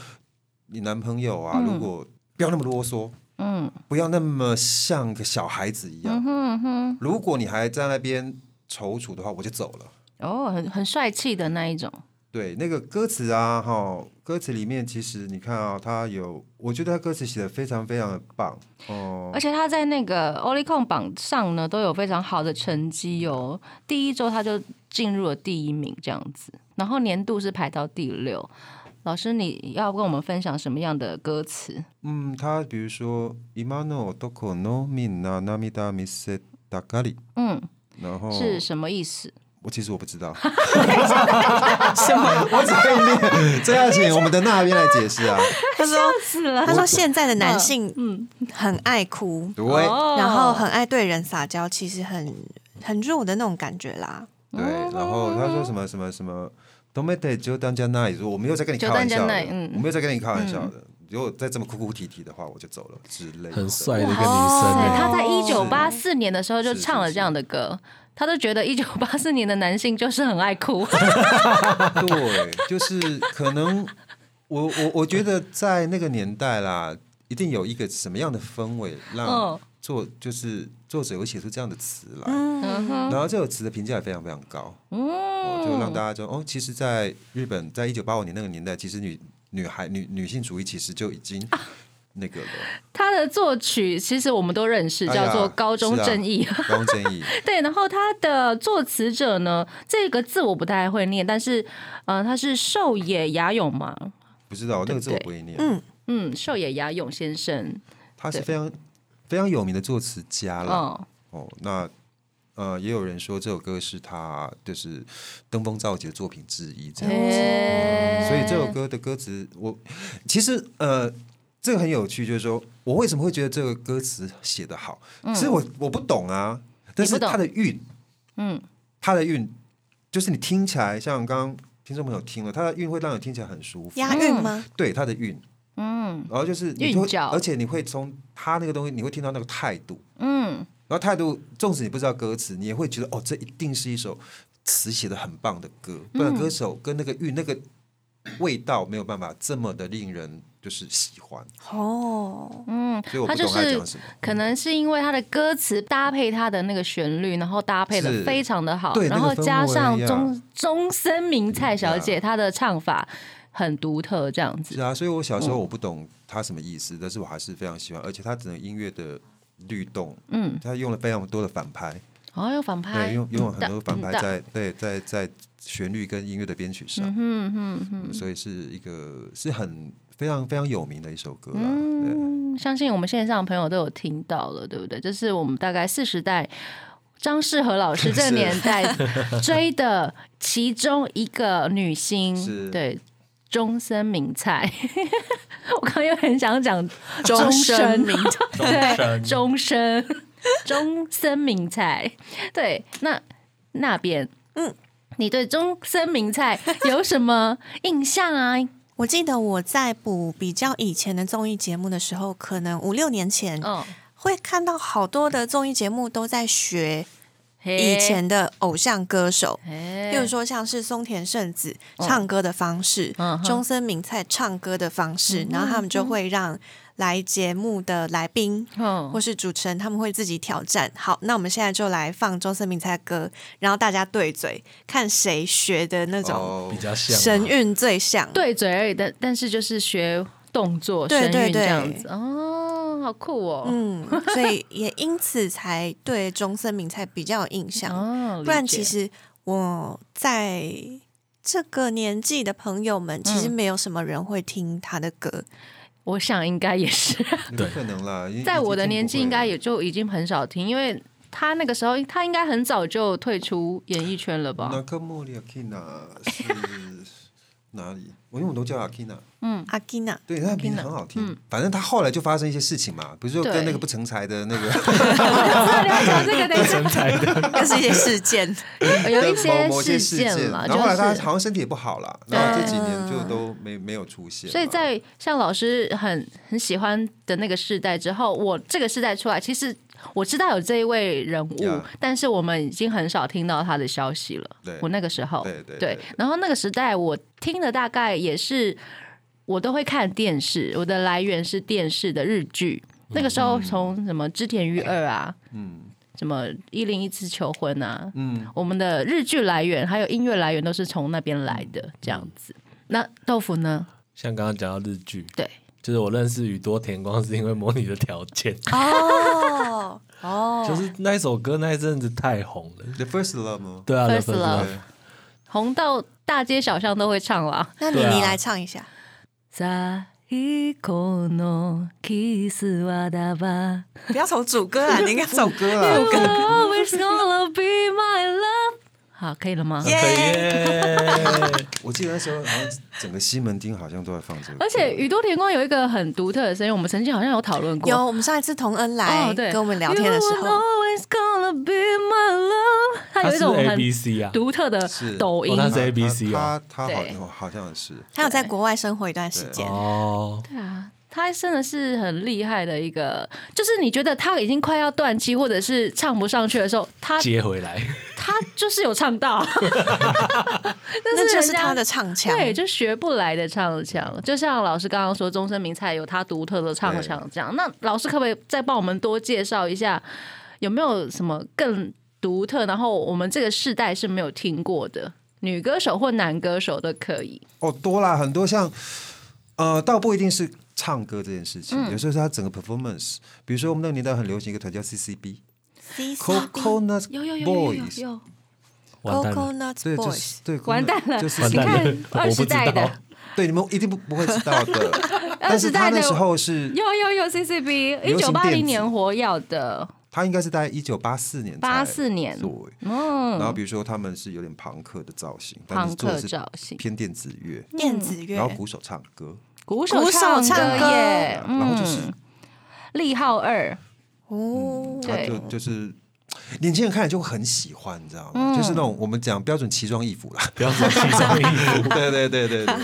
S3: 你男朋友啊，如果不要那么啰嗦，
S2: 嗯
S3: 不要那么像个小孩子一样。
S2: 哼嗯哼，
S3: 如果你还在那边踌躇的话，我就走了。
S2: 哦，很很帅气的那一种，
S3: 对，那个歌词啊，哈，歌词里面其实你看啊，他有，我觉得他歌词写的非常非常的棒哦
S2: 而。且他在那个 Oricon 榜上呢都有非常好的成绩哦。第一周他就进入了第一名这样子，然后年度是排到第六。老师，你要跟我们分享什么样的歌词？
S3: 嗯，他比如说，今の男のみんな涙見せたがり，
S2: 嗯，
S3: 然后
S2: 是什么意思？
S3: 我其实我 不知道，什么？ 我只 会念，这要请我们的那边来解释啊。
S6: 已。 他说
S2: 是了，
S6: 他说现在的男性嗯哦很爱哭，
S3: 对，
S2: 哦
S6: 然后很爱对人撒娇，其实很很弱的那种感觉啦。
S3: 对，然后他说什么什么什么，都没得就当家那，我没有在跟你开玩笑
S2: 就当
S3: 的
S2: 家那嗯，
S3: 我没有在跟你开玩笑的。如果再这么哭哭啼啼的话，我就走了之类的。
S4: 很帅的一个女
S6: 哇
S4: 生
S3: 哦
S2: 对，
S4: 欸
S2: 他在一九八四年的时候就是唱了这样的歌，他都觉得一九八四年的男性就是很爱 哭。
S3: 对，就是可能我我我觉得在那个年代啦，一定有一个什么样的氛围让
S2: 嗯
S3: 作就是作者有写出这样的词来，
S2: 嗯哼，
S3: 然后这首词的评价也非常非常高，哦，就让大家就哦，其实，
S2: 啊
S3: 在日本，在一九八五年那个年代，其实女女孩女女性主义其实就已经。那个了，
S2: 他的作曲其实我们都认识，
S3: 哎呀
S2: 叫做高中正义。哦
S3: 是啊高中正义，
S2: 对，然后他的作词者呢，这个字我不太会念，但是，呃，他是寿野雅勇嘛，
S3: 不知道那个字我
S2: 对
S3: 不会念。
S6: 嗯，
S2: 嗯，寿野雅勇先生，
S3: 他是
S2: 对
S3: 非常非常有名的作词家了。
S2: 嗯，
S3: 哦，那呃，也有人说这首歌是他就是登峰造极的作品之一，这样。
S2: 嘿
S3: 所以这首歌的歌词，我其实呃，这个很有趣，就是说我为什么会觉得这个歌词写得好，其实我我不懂啊，
S2: 嗯
S3: 但
S2: 你
S3: 是
S2: 不懂
S3: 它的韵，
S2: 嗯，
S3: 它的韵就是你听起来像刚刚听众朋友听了，它的韵会让你听起来很舒服，
S6: 押韵吗？
S3: 对它的韵，嗯，然后就是你
S2: 韵
S3: 会
S2: 脚
S3: 而且你会从他那个东西，你会听到那个态度，
S2: 嗯，
S3: 然后态度，纵使你不知道歌词，你也会觉得哦，这一定是一首词写的很棒的歌，不然歌手跟那个韵、那个味道没有办法这么的令人就是喜欢，
S6: 哦，
S3: 所以我
S2: 他
S3: 不
S2: 就
S3: 懂他在
S2: 是
S3: 讲什么。
S2: 可能是因为他的歌词搭配他的那个旋律，然后搭配的
S3: 是
S2: 非常的好，
S3: 对
S2: 然后
S3: 那个氛围
S2: 加上
S3: 呀
S2: 钟钟森明菜小姐
S3: 呀
S2: 她的唱法很独特，这样
S3: 是
S2: 子，
S3: 啊，所以我小时候
S2: 嗯
S3: 我不懂他什么意思，但是我还是非常喜欢，而且他整个音乐的律动，
S2: 嗯，
S3: 他用了非常多的反拍，
S2: 然后又哦反派，
S3: 对，用用了很多
S2: 嗯
S3: 反拍
S2: 的
S3: 在对在在旋律跟音乐的编曲上，
S2: 嗯哼哼。
S3: 嗯所以是一个是很非常非常有名的一首歌啦。对
S2: 嗯，相信我们线上的朋友都有听到了，对不对？这是我们大概四十代张世和老 师这个
S3: 是
S2: 年代追的其中一个女
S3: 是
S2: 星， 对，终身名菜。 我刚刚又很想讲
S6: 终
S2: 身
S6: 身
S2: 名菜，对，终身终身名菜，对，那那边，嗯
S6: 嗯，
S2: 你对终身名菜有什么印象啊？
S6: 我记得我在补比较以前的综艺节目的时候，可能五六年前
S2: 嗯，
S6: 会看到好多的综艺节目都在学
S2: 嘿
S6: 以，前的偶像歌手，
S2: 嘿
S6: 譬如说像是松田圣子唱歌的方式
S2: 哦嗯哼，嗯
S6: 中森明菜唱歌的方式，然后他们就会让来节目的来宾
S2: 嗯
S6: 或是主持人，他们会自己挑战。好，那我们现在就来放中森明菜的歌，然后大家对嘴，看谁学的那种
S3: 哦
S4: 比较像啊
S6: 神
S4: 嘛
S6: 韵最像。，
S2: 对嘴而已，但但是就是学动作、
S6: 对
S2: 声
S6: 对
S2: 韵
S6: 对
S2: 这样子哦，好酷哦，
S6: 嗯，所以也因此才对中森明菜比较有印象。
S2: 哦，
S6: 不然
S2: 理解
S6: 其实我在这个年纪的朋友们，其实没有什么人会听他的歌。
S2: 我想应该也 是，
S3: 有
S4: 对
S3: 可能啦，因为
S2: 在我的
S3: 一定
S2: 年
S3: 不
S2: 纪
S3: 会
S2: 应该
S3: 啦
S2: 也就已经很少听，因为他那个时候他应该很早就退出演艺圈了吧？
S3: 那克莫里亚 Kina 是哪里？我因为我都叫阿 Kina，
S6: 阿基娜，
S3: 对，他名字很好听。反正他后来就发生一些事情嘛，比如说
S2: 嗯对
S3: 跟那个不成才的那个
S2: 啊你要讲这个等一下
S6: 又是一些事件。
S2: 有一
S3: 某某
S2: 些事
S3: 些事
S2: 件啦，
S3: 然后后来他
S2: 就是
S3: 好像身体也不好啦，然后这几年就都没没有出现嘛。
S2: 所以在像老师很很喜欢的那个世代之后，我这个世代出来，其实我知道有这一位人物
S3: Yeah
S2: 但是我们已经很少听到他的消息了。
S3: 对
S2: 我那个时候，
S3: 对对对对
S2: 然后那个时代我听的大概也是，我都会看电视，我的来源是电视的日剧。
S3: 嗯
S2: 那个时候从什么织田裕二啊，嗯，什么一零一次求婚啊，嗯，我们的日剧来源还有音乐来源都是从那边来的，这样子。
S3: 嗯
S2: 那豆腐呢？
S4: 像刚刚讲到日剧，
S2: 对，
S4: 就是我认识宇多田光是因为模拟的条件，
S6: 哦哦，
S4: 就是那一首歌那一阵子太红了。
S3: The First Love 吗？
S4: 对啊
S2: First
S4: The First
S2: Love
S4: Love
S2: 红到大街小巷都会唱啦。
S6: 那你、
S4: 对啊
S6: 你来唱一下。
S2: 最高のキスはだば
S6: 不要从主歌啊，你应该从
S3: 歌啊，
S2: You are always Oh, gonna be my love。好，可以了吗？
S4: 可以
S6: 耶。
S4: 耶，
S3: 我记得那时候好像整个西门町好像都在放这个歌，
S2: 而且宇多田光有一个很独特的声音，我们曾经好像有讨论过。
S6: 有，我们上一次童恩来
S2: 哦，对，
S6: 跟我们聊天的时
S2: You
S6: 候，
S2: are always gonna be my love，它
S4: 他
S2: 有一
S4: 是
S2: 种
S4: A
S2: 很
S4: B C 啊，
S2: 独特的
S3: 是
S2: 抖音
S4: 哦。它是
S3: 他
S4: ABC 啊
S3: 他他好
S2: 对
S3: 像好像是
S6: 他有在国外生活一段时间。
S4: 哦，
S2: 对啊，他真的是很厉害的一个，就是你觉得他已经快要断气，或者是唱不上去的时候，他
S4: 接回来，
S2: 他就是有唱到，
S6: 那
S2: 人
S6: 就是
S2: 家
S6: 他的唱腔。
S2: 对，就学不来的唱腔。就像老师刚刚说，终身名菜有他独特的唱腔，这样。那老师可不可以再帮我们多介绍一下，有没有什么更独特，然后我们这个世代是没有听过的女歌手或男歌手都可以？
S3: 哦，多啦，很多像呃，倒不一定是唱歌这件事情，
S2: 嗯
S3: 有时候是他整个 performance。比如说我们那个年代很流行一个团叫 CCB，Coconut
S6: C C B
S2: 有有有有有
S3: Boys，
S2: 有，
S4: 完蛋了，
S6: Coconut
S3: 对，就是对，
S2: 完蛋了，
S3: 就是
S4: 完
S2: 你
S4: 蛋了
S2: 看二
S4: 我不
S2: 十
S4: 知
S2: 代
S4: 道
S2: 的，
S3: 对，你们一定不不会知道 的。但是
S2: 代
S3: 他
S2: 的
S3: 那时候是，
S2: 有有有 CCB 一
S3: 流
S2: 九
S3: 行
S2: 八
S3: 电
S2: 零
S3: 子
S2: 年活跃的，
S3: 他应该是大概一九八四年才，
S2: 84年
S3: 对。
S2: 嗯，
S3: 然后比如说他们是有点朋克的造型，但
S2: 朋
S3: 是做
S2: 克
S3: 的是
S2: 造型，
S3: 偏电子乐，
S6: 电子乐
S3: 然后鼓手唱歌，
S2: 鼓
S6: 鼓手
S2: 唱
S6: 唱歌
S2: 耶，
S3: 然后就是
S2: 嗯利浩二，
S6: 哦，
S3: 他就
S2: 对
S3: 就是年轻人看了就会很喜欢，你知道
S2: 嗯
S3: 吗？就是那种我们讲标准奇装异服啦，
S4: 不要说西装衣服，
S3: 对对对对对，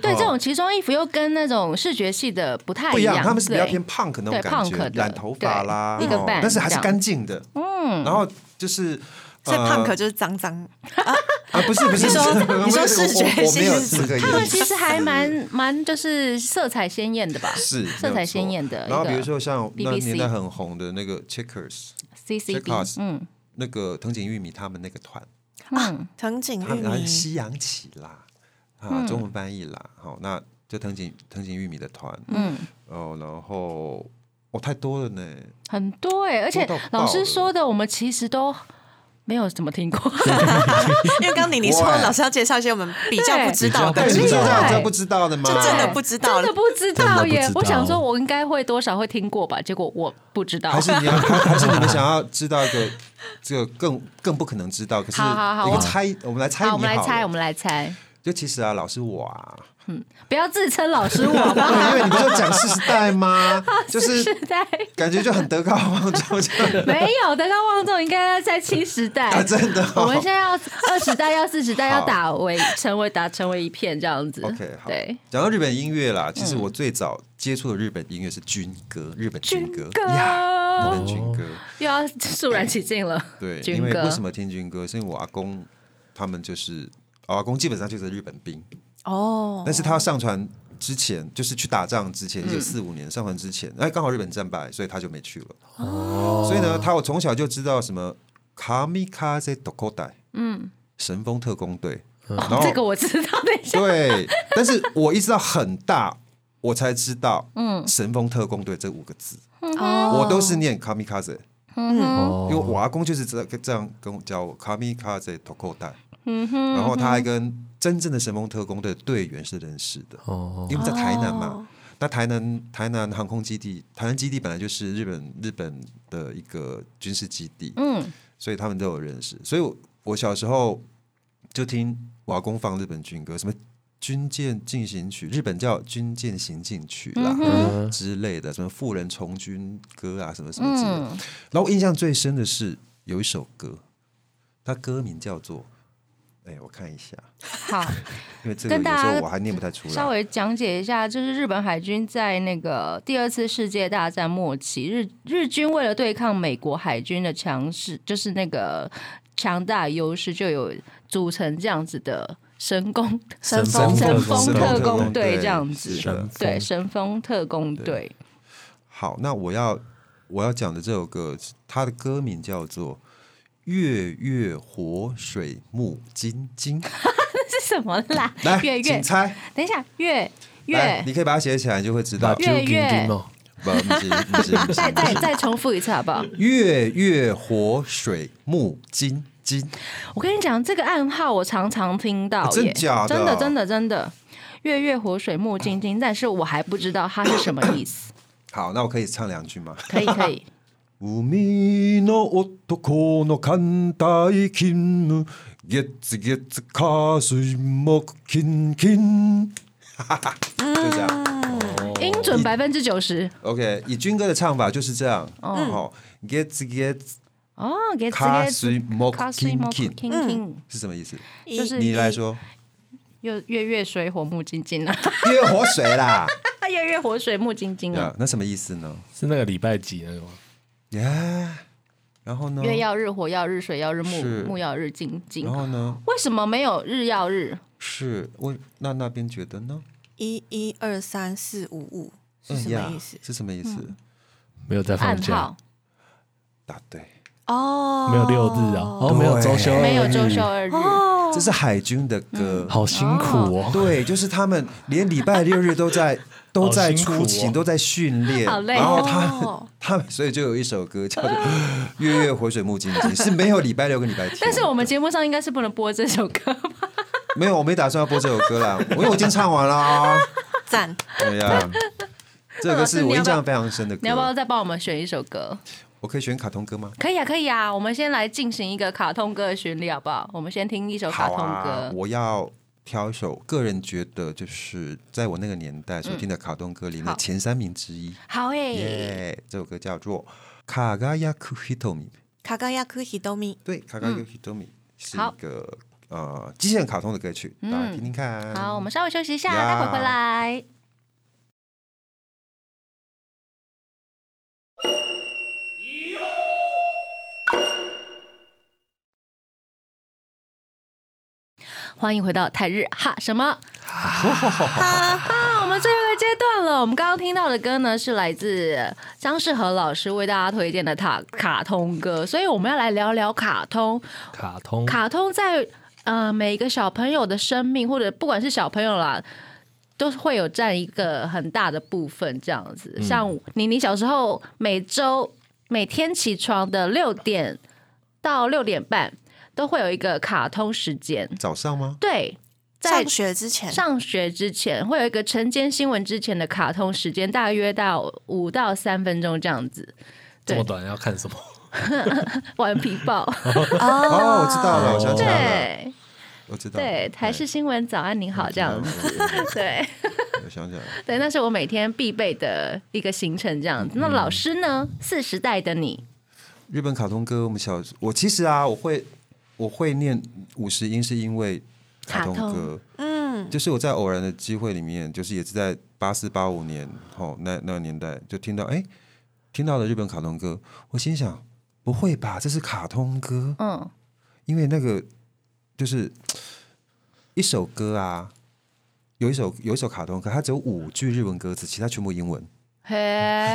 S2: 对，这种奇装异服又跟那种视觉系的不太
S3: 哦不一
S2: 样，
S3: 样，他们是比较
S2: 对
S3: 偏 punk 那种
S2: 对
S3: 感
S2: punk
S3: 觉
S2: 的，
S3: 染头发啦，
S2: 对一个
S3: 哦
S2: band
S3: 但是还
S2: 这
S3: 是
S2: 样
S3: 干净的，嗯，然后就是。
S6: 所以
S3: 呃
S6: punk 就是脏脏，
S3: 啊，不是不是，
S6: 你说
S3: 不是
S6: 你说
S3: 我
S6: 视觉
S3: 我我没有
S6: 系
S3: 这个意思。
S2: 他们其实还蛮蛮就是色彩鲜艳的吧，
S3: 是
S2: 色彩
S3: 没有错
S2: 鲜艳的一
S3: 然后比
S2: 个
S3: 如说像那
S2: BBC
S3: 年代很红的那个 Checkers，
S2: CCB，
S3: Checkers
S2: 嗯
S3: 那个藤井玉米他们那个团，
S2: 嗯，
S6: 藤井
S3: 他
S6: 玉
S3: 们很
S6: 米，
S3: 西洋棋啦，啊，中文翻译啦，好，那就藤井藤井玉米的团，
S2: 嗯，
S3: 哦，然后哦太多了呢，
S2: 很多哎，而且
S3: 多到爆
S2: 老师说的，我们其实都没有怎么听 过，
S6: 因为刚刚你你说
S3: 哇
S6: 老师要介绍一些我们比较不知道
S4: 对
S6: 的，
S4: 比较
S3: 你
S2: 厉
S3: 知道
S2: 害
S3: 这不知道的吗？
S6: 就真的不知道
S2: 啊真的不知道耶
S4: 真的不知道
S2: 我想说，我应该会多少会听过吧，结果我不知道。
S3: 还是 你要，还还是你们想要知道一个这个更更不可能知道，可是
S2: 好好好
S3: 一个
S2: 我
S3: 猜，我们来猜你
S2: 好，我们来
S3: 了
S2: 猜，我们来猜，
S3: 就其实啊，老师 我啊，
S2: 不要自称老师我 吧，
S3: 对，因为你不就讲世时代 吗？就是
S2: 世代
S3: 感觉就很德高望 重，就
S2: 没有德高望重，应该在七十代。
S3: 啊，真 的、
S2: 我们
S3: 哦
S2: 现。在要二十代，要四十代，
S3: 好
S2: 要打为成为打成为一片这样子。
S3: OK，好
S2: 对，。嗯
S3: 讲到日本音乐啦，其实我最早接触的日本音乐是军歌，日本军歌
S2: 歌
S3: 呀，日本军歌。
S2: 又要肃然起敬了。
S3: 对，
S2: 军
S3: 因为
S2: 歌
S3: 为什么听军歌？是因为我阿公他们就是，我阿公基本上就是日本兵，
S6: 哦
S3: 但，是他上船之前，就是去打仗之
S2: 嗯
S3: 前，一九四五年上船之前，哎，刚好日本战败，所以他就没去了。哦，所以呢，他我从小就知道什么卡米卡在 d o k o d 嗯，神风特工队，然后、
S2: 哦这个我知道， 等一下
S3: 对，但是我一直到很大，我才知道，嗯，神风特工队这五个字，我都是念卡米卡 e 因为
S4: 哦，
S3: 我阿公就是这这样跟我教我卡米卡在 d o k o d
S2: 嗯
S3: 然后他还跟真正的神风特工队队员是认识的。
S4: 哦，
S3: 因为在台南嘛
S6: 哦，
S3: 那台南台南航空基地，台南基地本来就是日本日本的一个军事基地，嗯，所以他们都有认识。所以我我小时候就听瓦工放日本军歌，什么。军舰进行曲，日本叫军舰行进曲
S2: 嗯
S3: 啦、之类的，什么富人从军歌啊，什么什么之类
S2: 嗯
S3: 的。然后我印象最深的是有一首歌，它歌名叫做……哎、我看一下，
S2: 好，
S3: 因为这个
S2: 跟
S3: 有
S2: 大
S3: 时
S2: 家
S3: 候我还念不太出来。
S2: 稍微讲解一下，就是日本海军在那个第二次世界大战末期，日日军为了对抗美国海军的强势，就是那个强大优势，就有组成这样子的神功
S6: 神
S4: 风
S2: 神风
S4: 神
S2: 特
S4: 风特
S2: 工
S3: 工
S2: 队
S3: 队
S2: 这样子
S3: 是的，
S2: 对，神风特工队。
S3: 好，那我要我要讲的这首歌，它的歌名叫做《月月活水木金金》。
S2: 是什么啦？
S3: 来，
S2: 月月
S3: 请，猜，
S2: 等一下，月
S3: 来
S2: 月，
S3: 你可以把它写起来，你就会知道
S4: 把。
S2: 月
S4: 酒给
S2: 月
S4: 你哦，
S3: 不，不是，不 是，不是
S2: 再
S3: 不
S2: 再
S3: 是。
S2: 再重复一次好不 好？
S3: 月月活水木金金，
S2: 我跟你讲，这个暗号我常常听到
S3: 啊真
S2: 耶，
S3: 假的
S2: 真的真的真的，月月活水木晶晶，但是我还不知道它是什么意思。
S3: 好，那我可以唱两句吗？
S2: 可以可 以，
S3: 海の男の艦隊勤務月月火水木金金，哈 哈，就这样。
S2: 音准百分之九十
S3: OK，以军歌的唱法就是这样。
S6: 嗯
S3: 哦，get get
S2: 哦，给这
S3: 卡
S2: 个
S3: 水莫 king king
S2: king king，
S3: 是什么意思？
S2: 就是
S3: 你来说，
S2: 月月月水火木晶晶啊，
S3: 因为活水啦。
S2: 月月火水木晶
S6: 嗯
S2: 晶啊，
S3: Yeah，那什么意思呢？
S4: 是那个礼拜几那个吗？
S3: 耶，然后呢？
S2: 月曜日火曜日水曜日木
S3: 是
S2: 木曜日晶晶
S3: 然，后呢？
S2: 为什么没有日曜日？
S3: 是我那那边觉得呢？
S6: 一一二三四五五是什么
S3: 呀
S6: 意思？嗯
S3: 是什么意思？
S4: 没有在放
S2: 暗
S4: 假
S2: 号，
S3: 答对，
S6: 哦，
S4: 没有六日啊，哦，没有周休，
S2: 没有周休，二日。
S6: 哦
S3: 这是海军的歌。
S6: 嗯
S4: 好辛苦哦，
S3: 对，就是他们连礼拜六日都在都在
S4: 好辛苦
S3: 出
S4: 哦
S3: 勤，都在训练，
S2: 好累
S3: 然后他
S6: 哦
S3: 们他们，所以就有一首 歌叫做《月月回水木金金》，是没有礼拜六跟礼拜天。
S2: 但是我们节目上应该是不能播这首 歌吧？
S3: 没有，我没打算要播这首歌 啦，因为我已经唱完了啊。
S6: 赞，
S3: 对呀，这首歌是我印象非常深的歌
S2: 你要。不要再帮我们选一首 歌？
S3: 我可以选卡通歌吗？
S2: 可以啊，可以啊，我们先来进行一个卡通歌的巡礼好不好？我们先听一首卡
S3: 好
S2: 通
S3: 啊，
S2: 歌。
S3: 我要挑一首个人觉得就是在我那个年代所听的卡通歌里
S2: 嗯好
S3: 面前三名之一。
S2: 好诶、
S3: 耶，这首歌叫做《卡嘎亚库希托米》。
S6: 卡嘎亚库希多米，
S3: 对，《卡卡尤希多米》是
S2: 嗯好嗯
S3: 一个呃机器人卡通的歌曲，大家听听看。
S2: 好，我们稍微休息一下，
S3: 呀
S2: 待会回来。欢迎回到泰日哈什么？啊，我们最后一个阶段了。我们刚刚听到的歌呢，是来自张世和老师为大家推荐的卡卡通歌，所以我们要来聊聊卡通。
S4: 卡通
S2: 卡通在呃每一个小朋友的生命，或者不管是小朋友啦，都会有占一个很大的部分。这样子，像你，你小时候每周每天起床的六点到六点半，都会有一个卡通时间。
S3: 早上吗？
S2: 对，在
S6: 上学之前，
S2: 上学之前会有一个晨间新闻之前的卡通时间，大约到五到三分钟这样子。
S4: 这
S2: 对
S4: 么短要看什么？
S2: 顽皮豹，
S3: 哦，我知道了，我想起来了，
S2: 对
S3: 我知道了，
S2: 对，台视新闻早安您好这样子，
S3: 子。嗯
S2: 对。
S3: 我想起来了，
S2: 对，那是我每天必备的一个行程，这
S3: 嗯
S2: 样子。那老师呢？四十代的你，
S3: 日本卡通歌，我们小我其实啊，我会我会念五十音，是因为卡通
S2: 卡
S3: 歌
S2: 通。
S6: 嗯，
S3: 就是我在偶然的机会里面，就是也是在八四八五年后那那个年代，就听到哎、听到了日本卡通歌，我心想不会吧，这是卡通歌？
S2: 嗯，
S3: 因为那个就是一首歌啊，有一首有一首卡通歌，它只有五句日文歌词，其他全部英文，
S2: 嘿，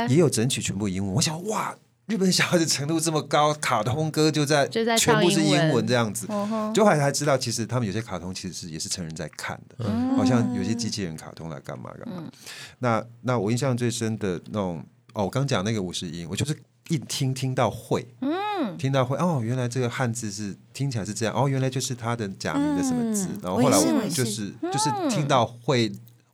S3: 也有整曲全部英文。我想哇，日本小孩子程度这么高，卡通歌就在
S2: 就在唱
S3: 全部是
S2: 英文
S3: 英文这样子。
S2: 嗯哼，
S3: 就后来才知道，其实他们有些卡通其实是也是成人在看的，
S6: 嗯
S3: 好像有些机器人卡通来干嘛干嘛。那那我印象最深的那种哦，我刚讲那个五十音，我就是一听听到会，嗯，听到会哦，原来这个汉字是听起来是这样，哦，原来就是它的假名的什么字，
S6: 嗯
S3: 然后后来
S6: 我也是我
S3: 我
S6: 也是
S3: 就是就是听到会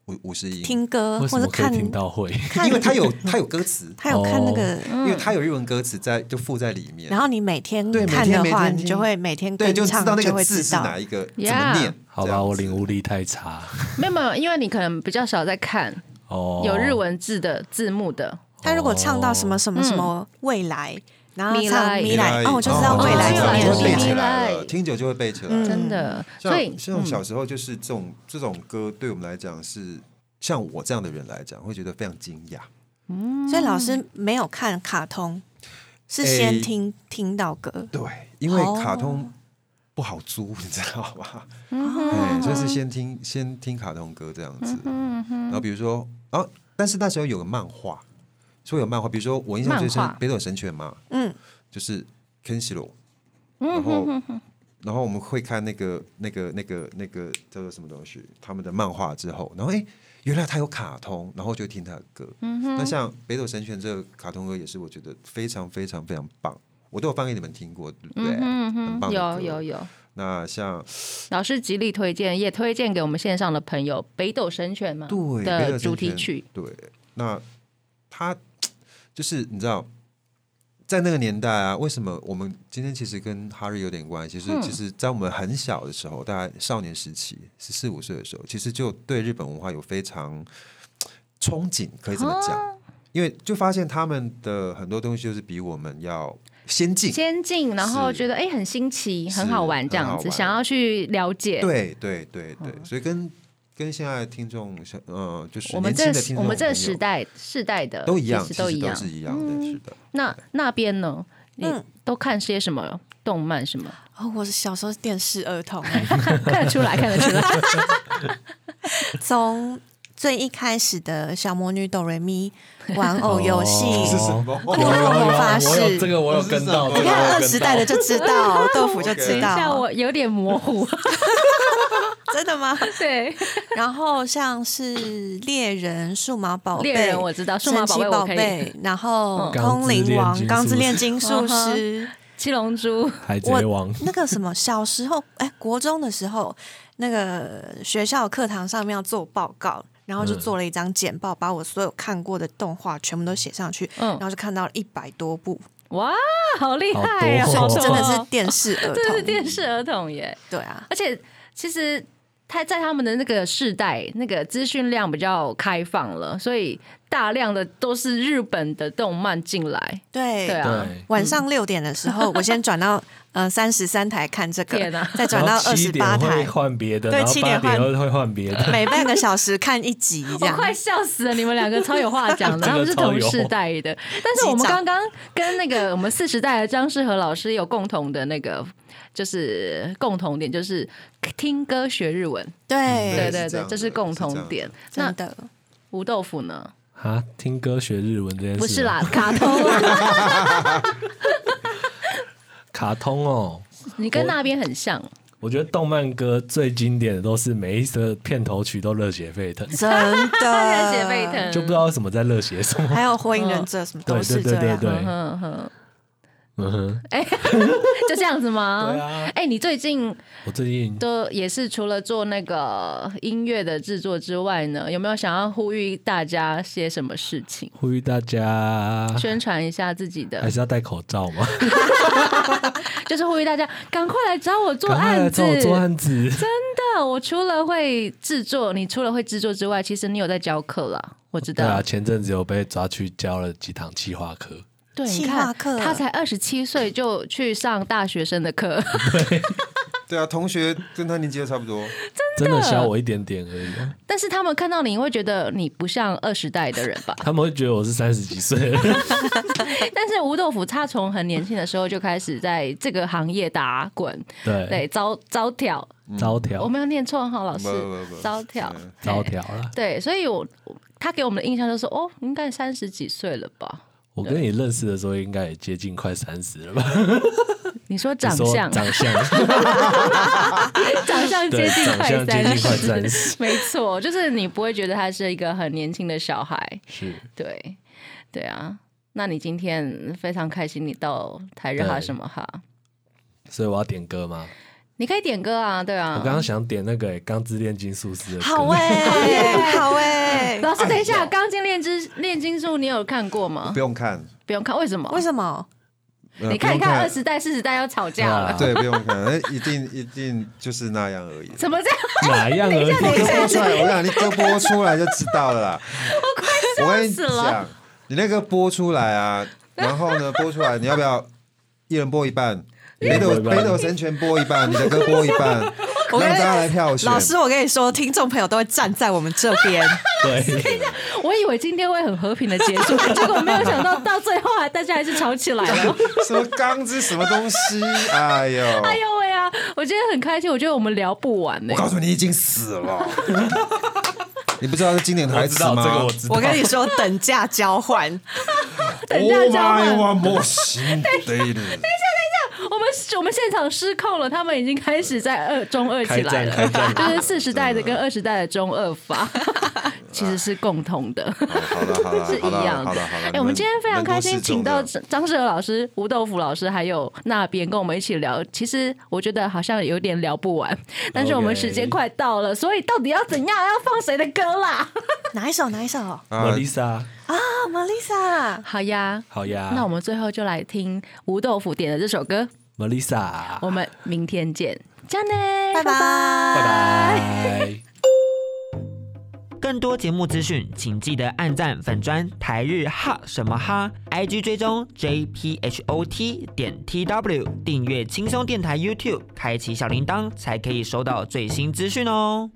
S3: 五五十音，
S6: 听歌
S4: 为什
S6: 或
S4: 么
S6: 者
S4: 可
S6: 看
S4: 以，听到会？
S6: 看
S3: 因为它有它有歌词，
S6: 他有看那个，
S3: 因为它有日文歌词在就附在里面，
S6: 然后你每天
S3: 对每
S6: 看
S3: 天
S6: 的
S3: 每
S6: 话，
S3: 天
S6: 你
S3: 听
S6: 就会每天
S3: 对，
S6: 跟
S3: 就知
S6: 唱
S3: 道那
S6: 就
S3: 个
S6: 会
S3: 字
S6: 知
S3: 是
S6: 道
S3: 哪一个，怎
S2: Yeah
S3: 么念。
S4: 好
S3: 这
S4: 吧，
S3: 样
S4: 我
S3: 子
S4: 领悟力太差
S2: 没有没有，因为你可能比较少在看
S4: 哦。
S2: 有日文字的字幕的，
S6: 他如果唱到什么什么什么未来，然后
S2: 未
S6: 唱
S2: 来
S6: 未来，哦，我就知道
S2: 哦
S6: 未来
S2: 哦
S6: 怎
S2: 哦
S6: 么
S3: 就会背
S2: 未
S3: 起
S6: 念。
S3: 来了，
S2: 嗯
S3: 听久就会背起来了。
S2: 真的。所以
S3: 像，像小时候就是这种这种歌，对我们来讲是像我这样的人来讲，会觉得非常惊讶。
S6: 嗯所以老
S2: 嗯
S6: 师没有看卡通，是
S3: 诶
S6: 先听听到歌，
S3: 对，因为
S6: 哦
S3: 卡通不好租，你知道吧？
S6: 嗯
S3: 哎，所以是先听先听卡通歌这样子。然后比
S2: 嗯
S3: 如说，啊，但是那时候有个漫画，说有漫画，比如说我印象最深
S2: 漫画
S3: 《北斗神拳》嘛，
S6: 嗯，
S3: 就是 Kenshiro，然
S2: 嗯
S3: 后。然后我们会看那个、那个、那个、那个叫做什么东西，他们的漫画之后，然后哎，原来他有卡通，然后就听他的歌。
S2: 嗯
S3: 那像《北斗神拳》这个卡通歌也是我觉得非常非常非常棒，我都有放给你们听过，对不对？
S2: 嗯
S3: 很
S2: 哼，
S3: 棒的
S2: 有
S3: 歌
S2: 有。有，
S3: 那像
S2: 老师极力推荐，也推荐给我们线上的朋友《北斗神拳》嘛
S3: 对北
S2: 啊的
S3: 斗神
S2: 主题
S3: 拳
S2: 曲，
S3: 对，那他就是你知道，在那个年代啊，为什么我们今天其实跟哈瑞有点关系？是、
S2: 嗯
S3: 其实，在我们很小的时候，大概少年时期，十四五岁的时候，其实就对日本文化有非常憧憬，可以这么讲，
S2: 啊
S3: 因为就发现他们的很多东西就是比我们要先进。
S2: 先进，然后
S3: 是
S2: 觉得哎、诶很新奇，
S3: 是
S2: 很好玩这
S3: 很
S2: 样
S3: 好
S2: 子，
S3: 玩
S2: 想要去了解。
S3: 对对对对，所以跟跟现在的听众，像呃，就
S2: 嗯
S3: 是
S2: 我们
S3: 年轻
S2: 这
S3: 的听众
S2: 我
S3: 朋友，
S2: 们这时代世代的
S3: 都一样，
S2: 其
S3: 其
S2: 实
S3: 实
S2: 都一样嗯
S3: 是。一样的，是的。
S2: 那那边呢？你
S6: 嗯
S2: 都看些什么动漫？什么
S6: 哦，我是小时候是电视儿 童，
S2: 欸看得出 来？看得出来。
S6: 从最一开始的小魔女哆 瑞咪玩偶游戏，
S4: 哦
S3: 是什么
S2: 啊
S4: 有有有
S6: 我发
S4: 有，我有
S6: 誓
S4: 这个我有跟到。
S3: 你
S4: 这
S6: 你
S4: 个我有跟
S6: 看二
S4: 到
S6: 十代的就知道，豆腐就
S2: 等
S6: 知
S2: 一下，
S6: 道
S2: 我有点模糊。
S6: 真的吗？
S2: 对，
S6: 然后像是猎人、数码宝贝、
S2: 猎人我知道数码
S6: 神
S2: 宝
S6: 奇
S2: 贝我
S6: 宝
S2: 可以
S6: 贝，然后
S4: 嗯
S6: 通灵
S4: 钢之炼金术师
S6: 王、钢之炼金术师，
S2: 七龙珠，
S4: 海贼王，
S6: 那个什么，小时候哎，国中的时候，那个学校课堂上面要做报告，然后就
S4: 嗯
S6: 做了一张简报，把我所有看过的动画全部都写上去，
S2: 嗯
S6: 然后就看到了一百多部，
S2: 哇，好厉害啊！
S4: 好多哦
S6: 真的是电视 儿童，
S2: 这是电视儿童耶，
S6: 对啊，
S2: 而且其实。他在他们的那个世代，那个资讯量比较开放了，所以大量的都是日本的动漫进来。
S6: 对
S2: 对啊，
S4: 对，
S6: 晚上六点的时候，我先转到呃三十三台看这个
S2: 天哪，
S6: 再转到
S4: 然后
S6: 二
S4: 七
S6: 十
S4: 点
S6: 八
S4: 会
S6: 台，
S4: 换别的，
S6: 对
S4: 然后
S6: 七
S4: 八
S6: 点
S4: 点
S6: 换
S4: 又会换别的，
S6: 每半个小时看一集这
S2: 我
S6: 样。
S2: 哦快笑死了！你们两个超有话讲的，
S4: 真的
S2: 他们是同
S4: 超
S2: 世
S4: 有
S2: 代的。但是我们刚刚跟那个我们四十代的张世和老师有共同的那个，就是共同点，就是听歌学日文。对
S4: 嗯
S6: 对，
S2: 对
S3: 是这
S2: 对
S3: 样，的
S2: 这是共同点。那
S6: 真的
S2: 吴豆腐呢？
S4: 啊，听歌学日文这件事啊
S2: 不是
S4: 吗
S2: 啦，，卡通啊，
S4: 卡通哦。
S2: 你跟那边很像。
S4: 我觉得动漫歌最经典的都是每一首片头曲都热血沸腾，
S6: 真 的
S2: 热血沸。腾，
S4: 就不知道为什么在热血什么。
S6: 还有火影忍者什么
S4: 对
S6: 啊
S4: 对
S6: 都是
S4: 对
S6: 这
S4: 对
S6: 样，
S4: 对，
S2: 嗯哼，
S4: 嗯哼，
S2: 就这样子吗？
S4: 对啊
S2: 哎，你最近
S4: 我最近
S2: 都也是除了做那个音乐的制作之外呢，有没有想要呼吁大家些什么事情？
S4: 呼吁大家，
S2: 宣传一下自己
S4: 还
S2: 的，
S4: 是要戴口罩 嘛，
S2: 就是呼吁大家赶快来找我做
S4: 赶快来
S2: 案 子。
S4: 找我做案子。
S2: 真
S4: 啊
S2: 的，我除了会制作，你除了会制作之外，其实你有在教课啦，我知
S4: 对
S2: 道
S4: 啊，。前阵子有被抓去教了几堂企划课，
S2: 对，你
S6: 企
S2: 看
S6: 划课
S2: 他才二十七岁就去上大学生的课，
S3: 对啊，同学跟他年纪都差不多，
S4: 真的小我一点点而已啊。
S2: 但是他们看到你会觉得你不像二十代的人 吧？
S4: 他们会觉得我是三十几岁了，
S2: 但是吴豆腐他从很年轻的时候就开始在这个行业打滚，
S4: 对，
S2: 对，招招挑，
S4: 招
S2: 嗯我
S4: 条
S2: 没有念错哈，老师
S3: 不不不，，
S2: 招挑，
S3: 嗯
S4: 招条啦。
S2: 对，所以我我他给我们的印象就是，哦，应该三十几岁了吧？
S4: 我跟你认识的时候，应该也接近快三十了吧？
S2: 你说长
S4: 你说
S2: 相，
S4: 长相，
S2: 长相接
S4: 对，
S2: 近
S4: 长
S2: 快
S4: 相接
S2: 三
S4: 近快
S2: 十，
S4: 三十，
S2: 没错，就是你不会觉得他是一个很年轻的小孩，
S4: 是。
S2: 对，对啊。那你今天非常开心，你到台日哈
S4: 对
S2: 什么哈？
S4: 所以我要点歌吗？
S2: 你可以点歌啊，对啊。
S4: 我刚刚想点那个欸《钢之炼金术师》的歌，
S6: 好 哎，好哎，
S2: 老师，等一下，《钢筋炼之炼金术》你有看过吗
S3: 不？用看，
S2: 不用看，为什么？
S6: 为什么？
S3: 呃
S2: 你
S3: 不
S2: 看
S3: 用
S2: 一看二十代、四十代要吵架了，
S3: 对，不用看，哎一定一定就是那样 而已。
S2: 怎么这样？
S4: 哪样而
S3: 你
S4: 已？
S3: 歌播出来，我让你歌播出来就知道了 啦。我快
S2: 死
S3: 笑
S2: 了
S3: 你那个播出来啊，然后呢，播出来你要不要一人播一半？北斗
S4: 人播一半
S3: 北斗神拳播一半，你的歌播一半， 让大家来票选。
S6: 老师，我跟你说，听众朋友都会站在我们这边，
S4: 对，
S2: 我以为今天会很和平的结 束，结果没有想到到最后还大家还是吵起来 了。
S3: 什么钢之什么东西？哎呦！
S2: 哎呦喂啊！我今天很开心，我觉得我们聊不完呢、
S3: 我告诉你，已经死了。 你不知道是经典台
S4: 我
S3: 词
S4: 知道
S3: 吗？
S4: 这个我知道。
S6: 我跟你说，等价交 换，
S2: 等一下交换
S3: Oh 我 莫心对的。
S2: 我们我们现场失控了，他们已经开始在二中二起来
S4: 开
S2: 了，
S4: 战
S2: 就是四十代的跟二十代的中二 法其实是共同的。
S3: 好了好了
S2: 是一
S3: 好了
S2: 样的
S3: 好了好了。
S2: 哎、我们今天非常开心，请到
S3: 这
S2: 张张世和老师、吴豆腐老师，还有那边跟我们一起聊。其实我觉得好像有点聊不完，但是我们
S4: OK
S2: 时间快到了，所以到底要怎样？要放谁的歌啦？
S6: 哪一首？哪一首？啊
S4: 莫丽莎，
S6: m e s a
S2: 好呀，
S4: 好啊呀，
S2: 那我们最后就来听吴豆腐点的这首歌，
S4: 莫丽莎，
S2: 我们明天见，加奈，
S6: 拜拜
S4: 拜。拜。
S5: 更多节目资讯，请记得按赞粉砖台日哈什么哈，IG 追踪 JPHOT 点 TW，订阅轻松电台 YouTube，开启小铃铛才可以收到最新资讯哦。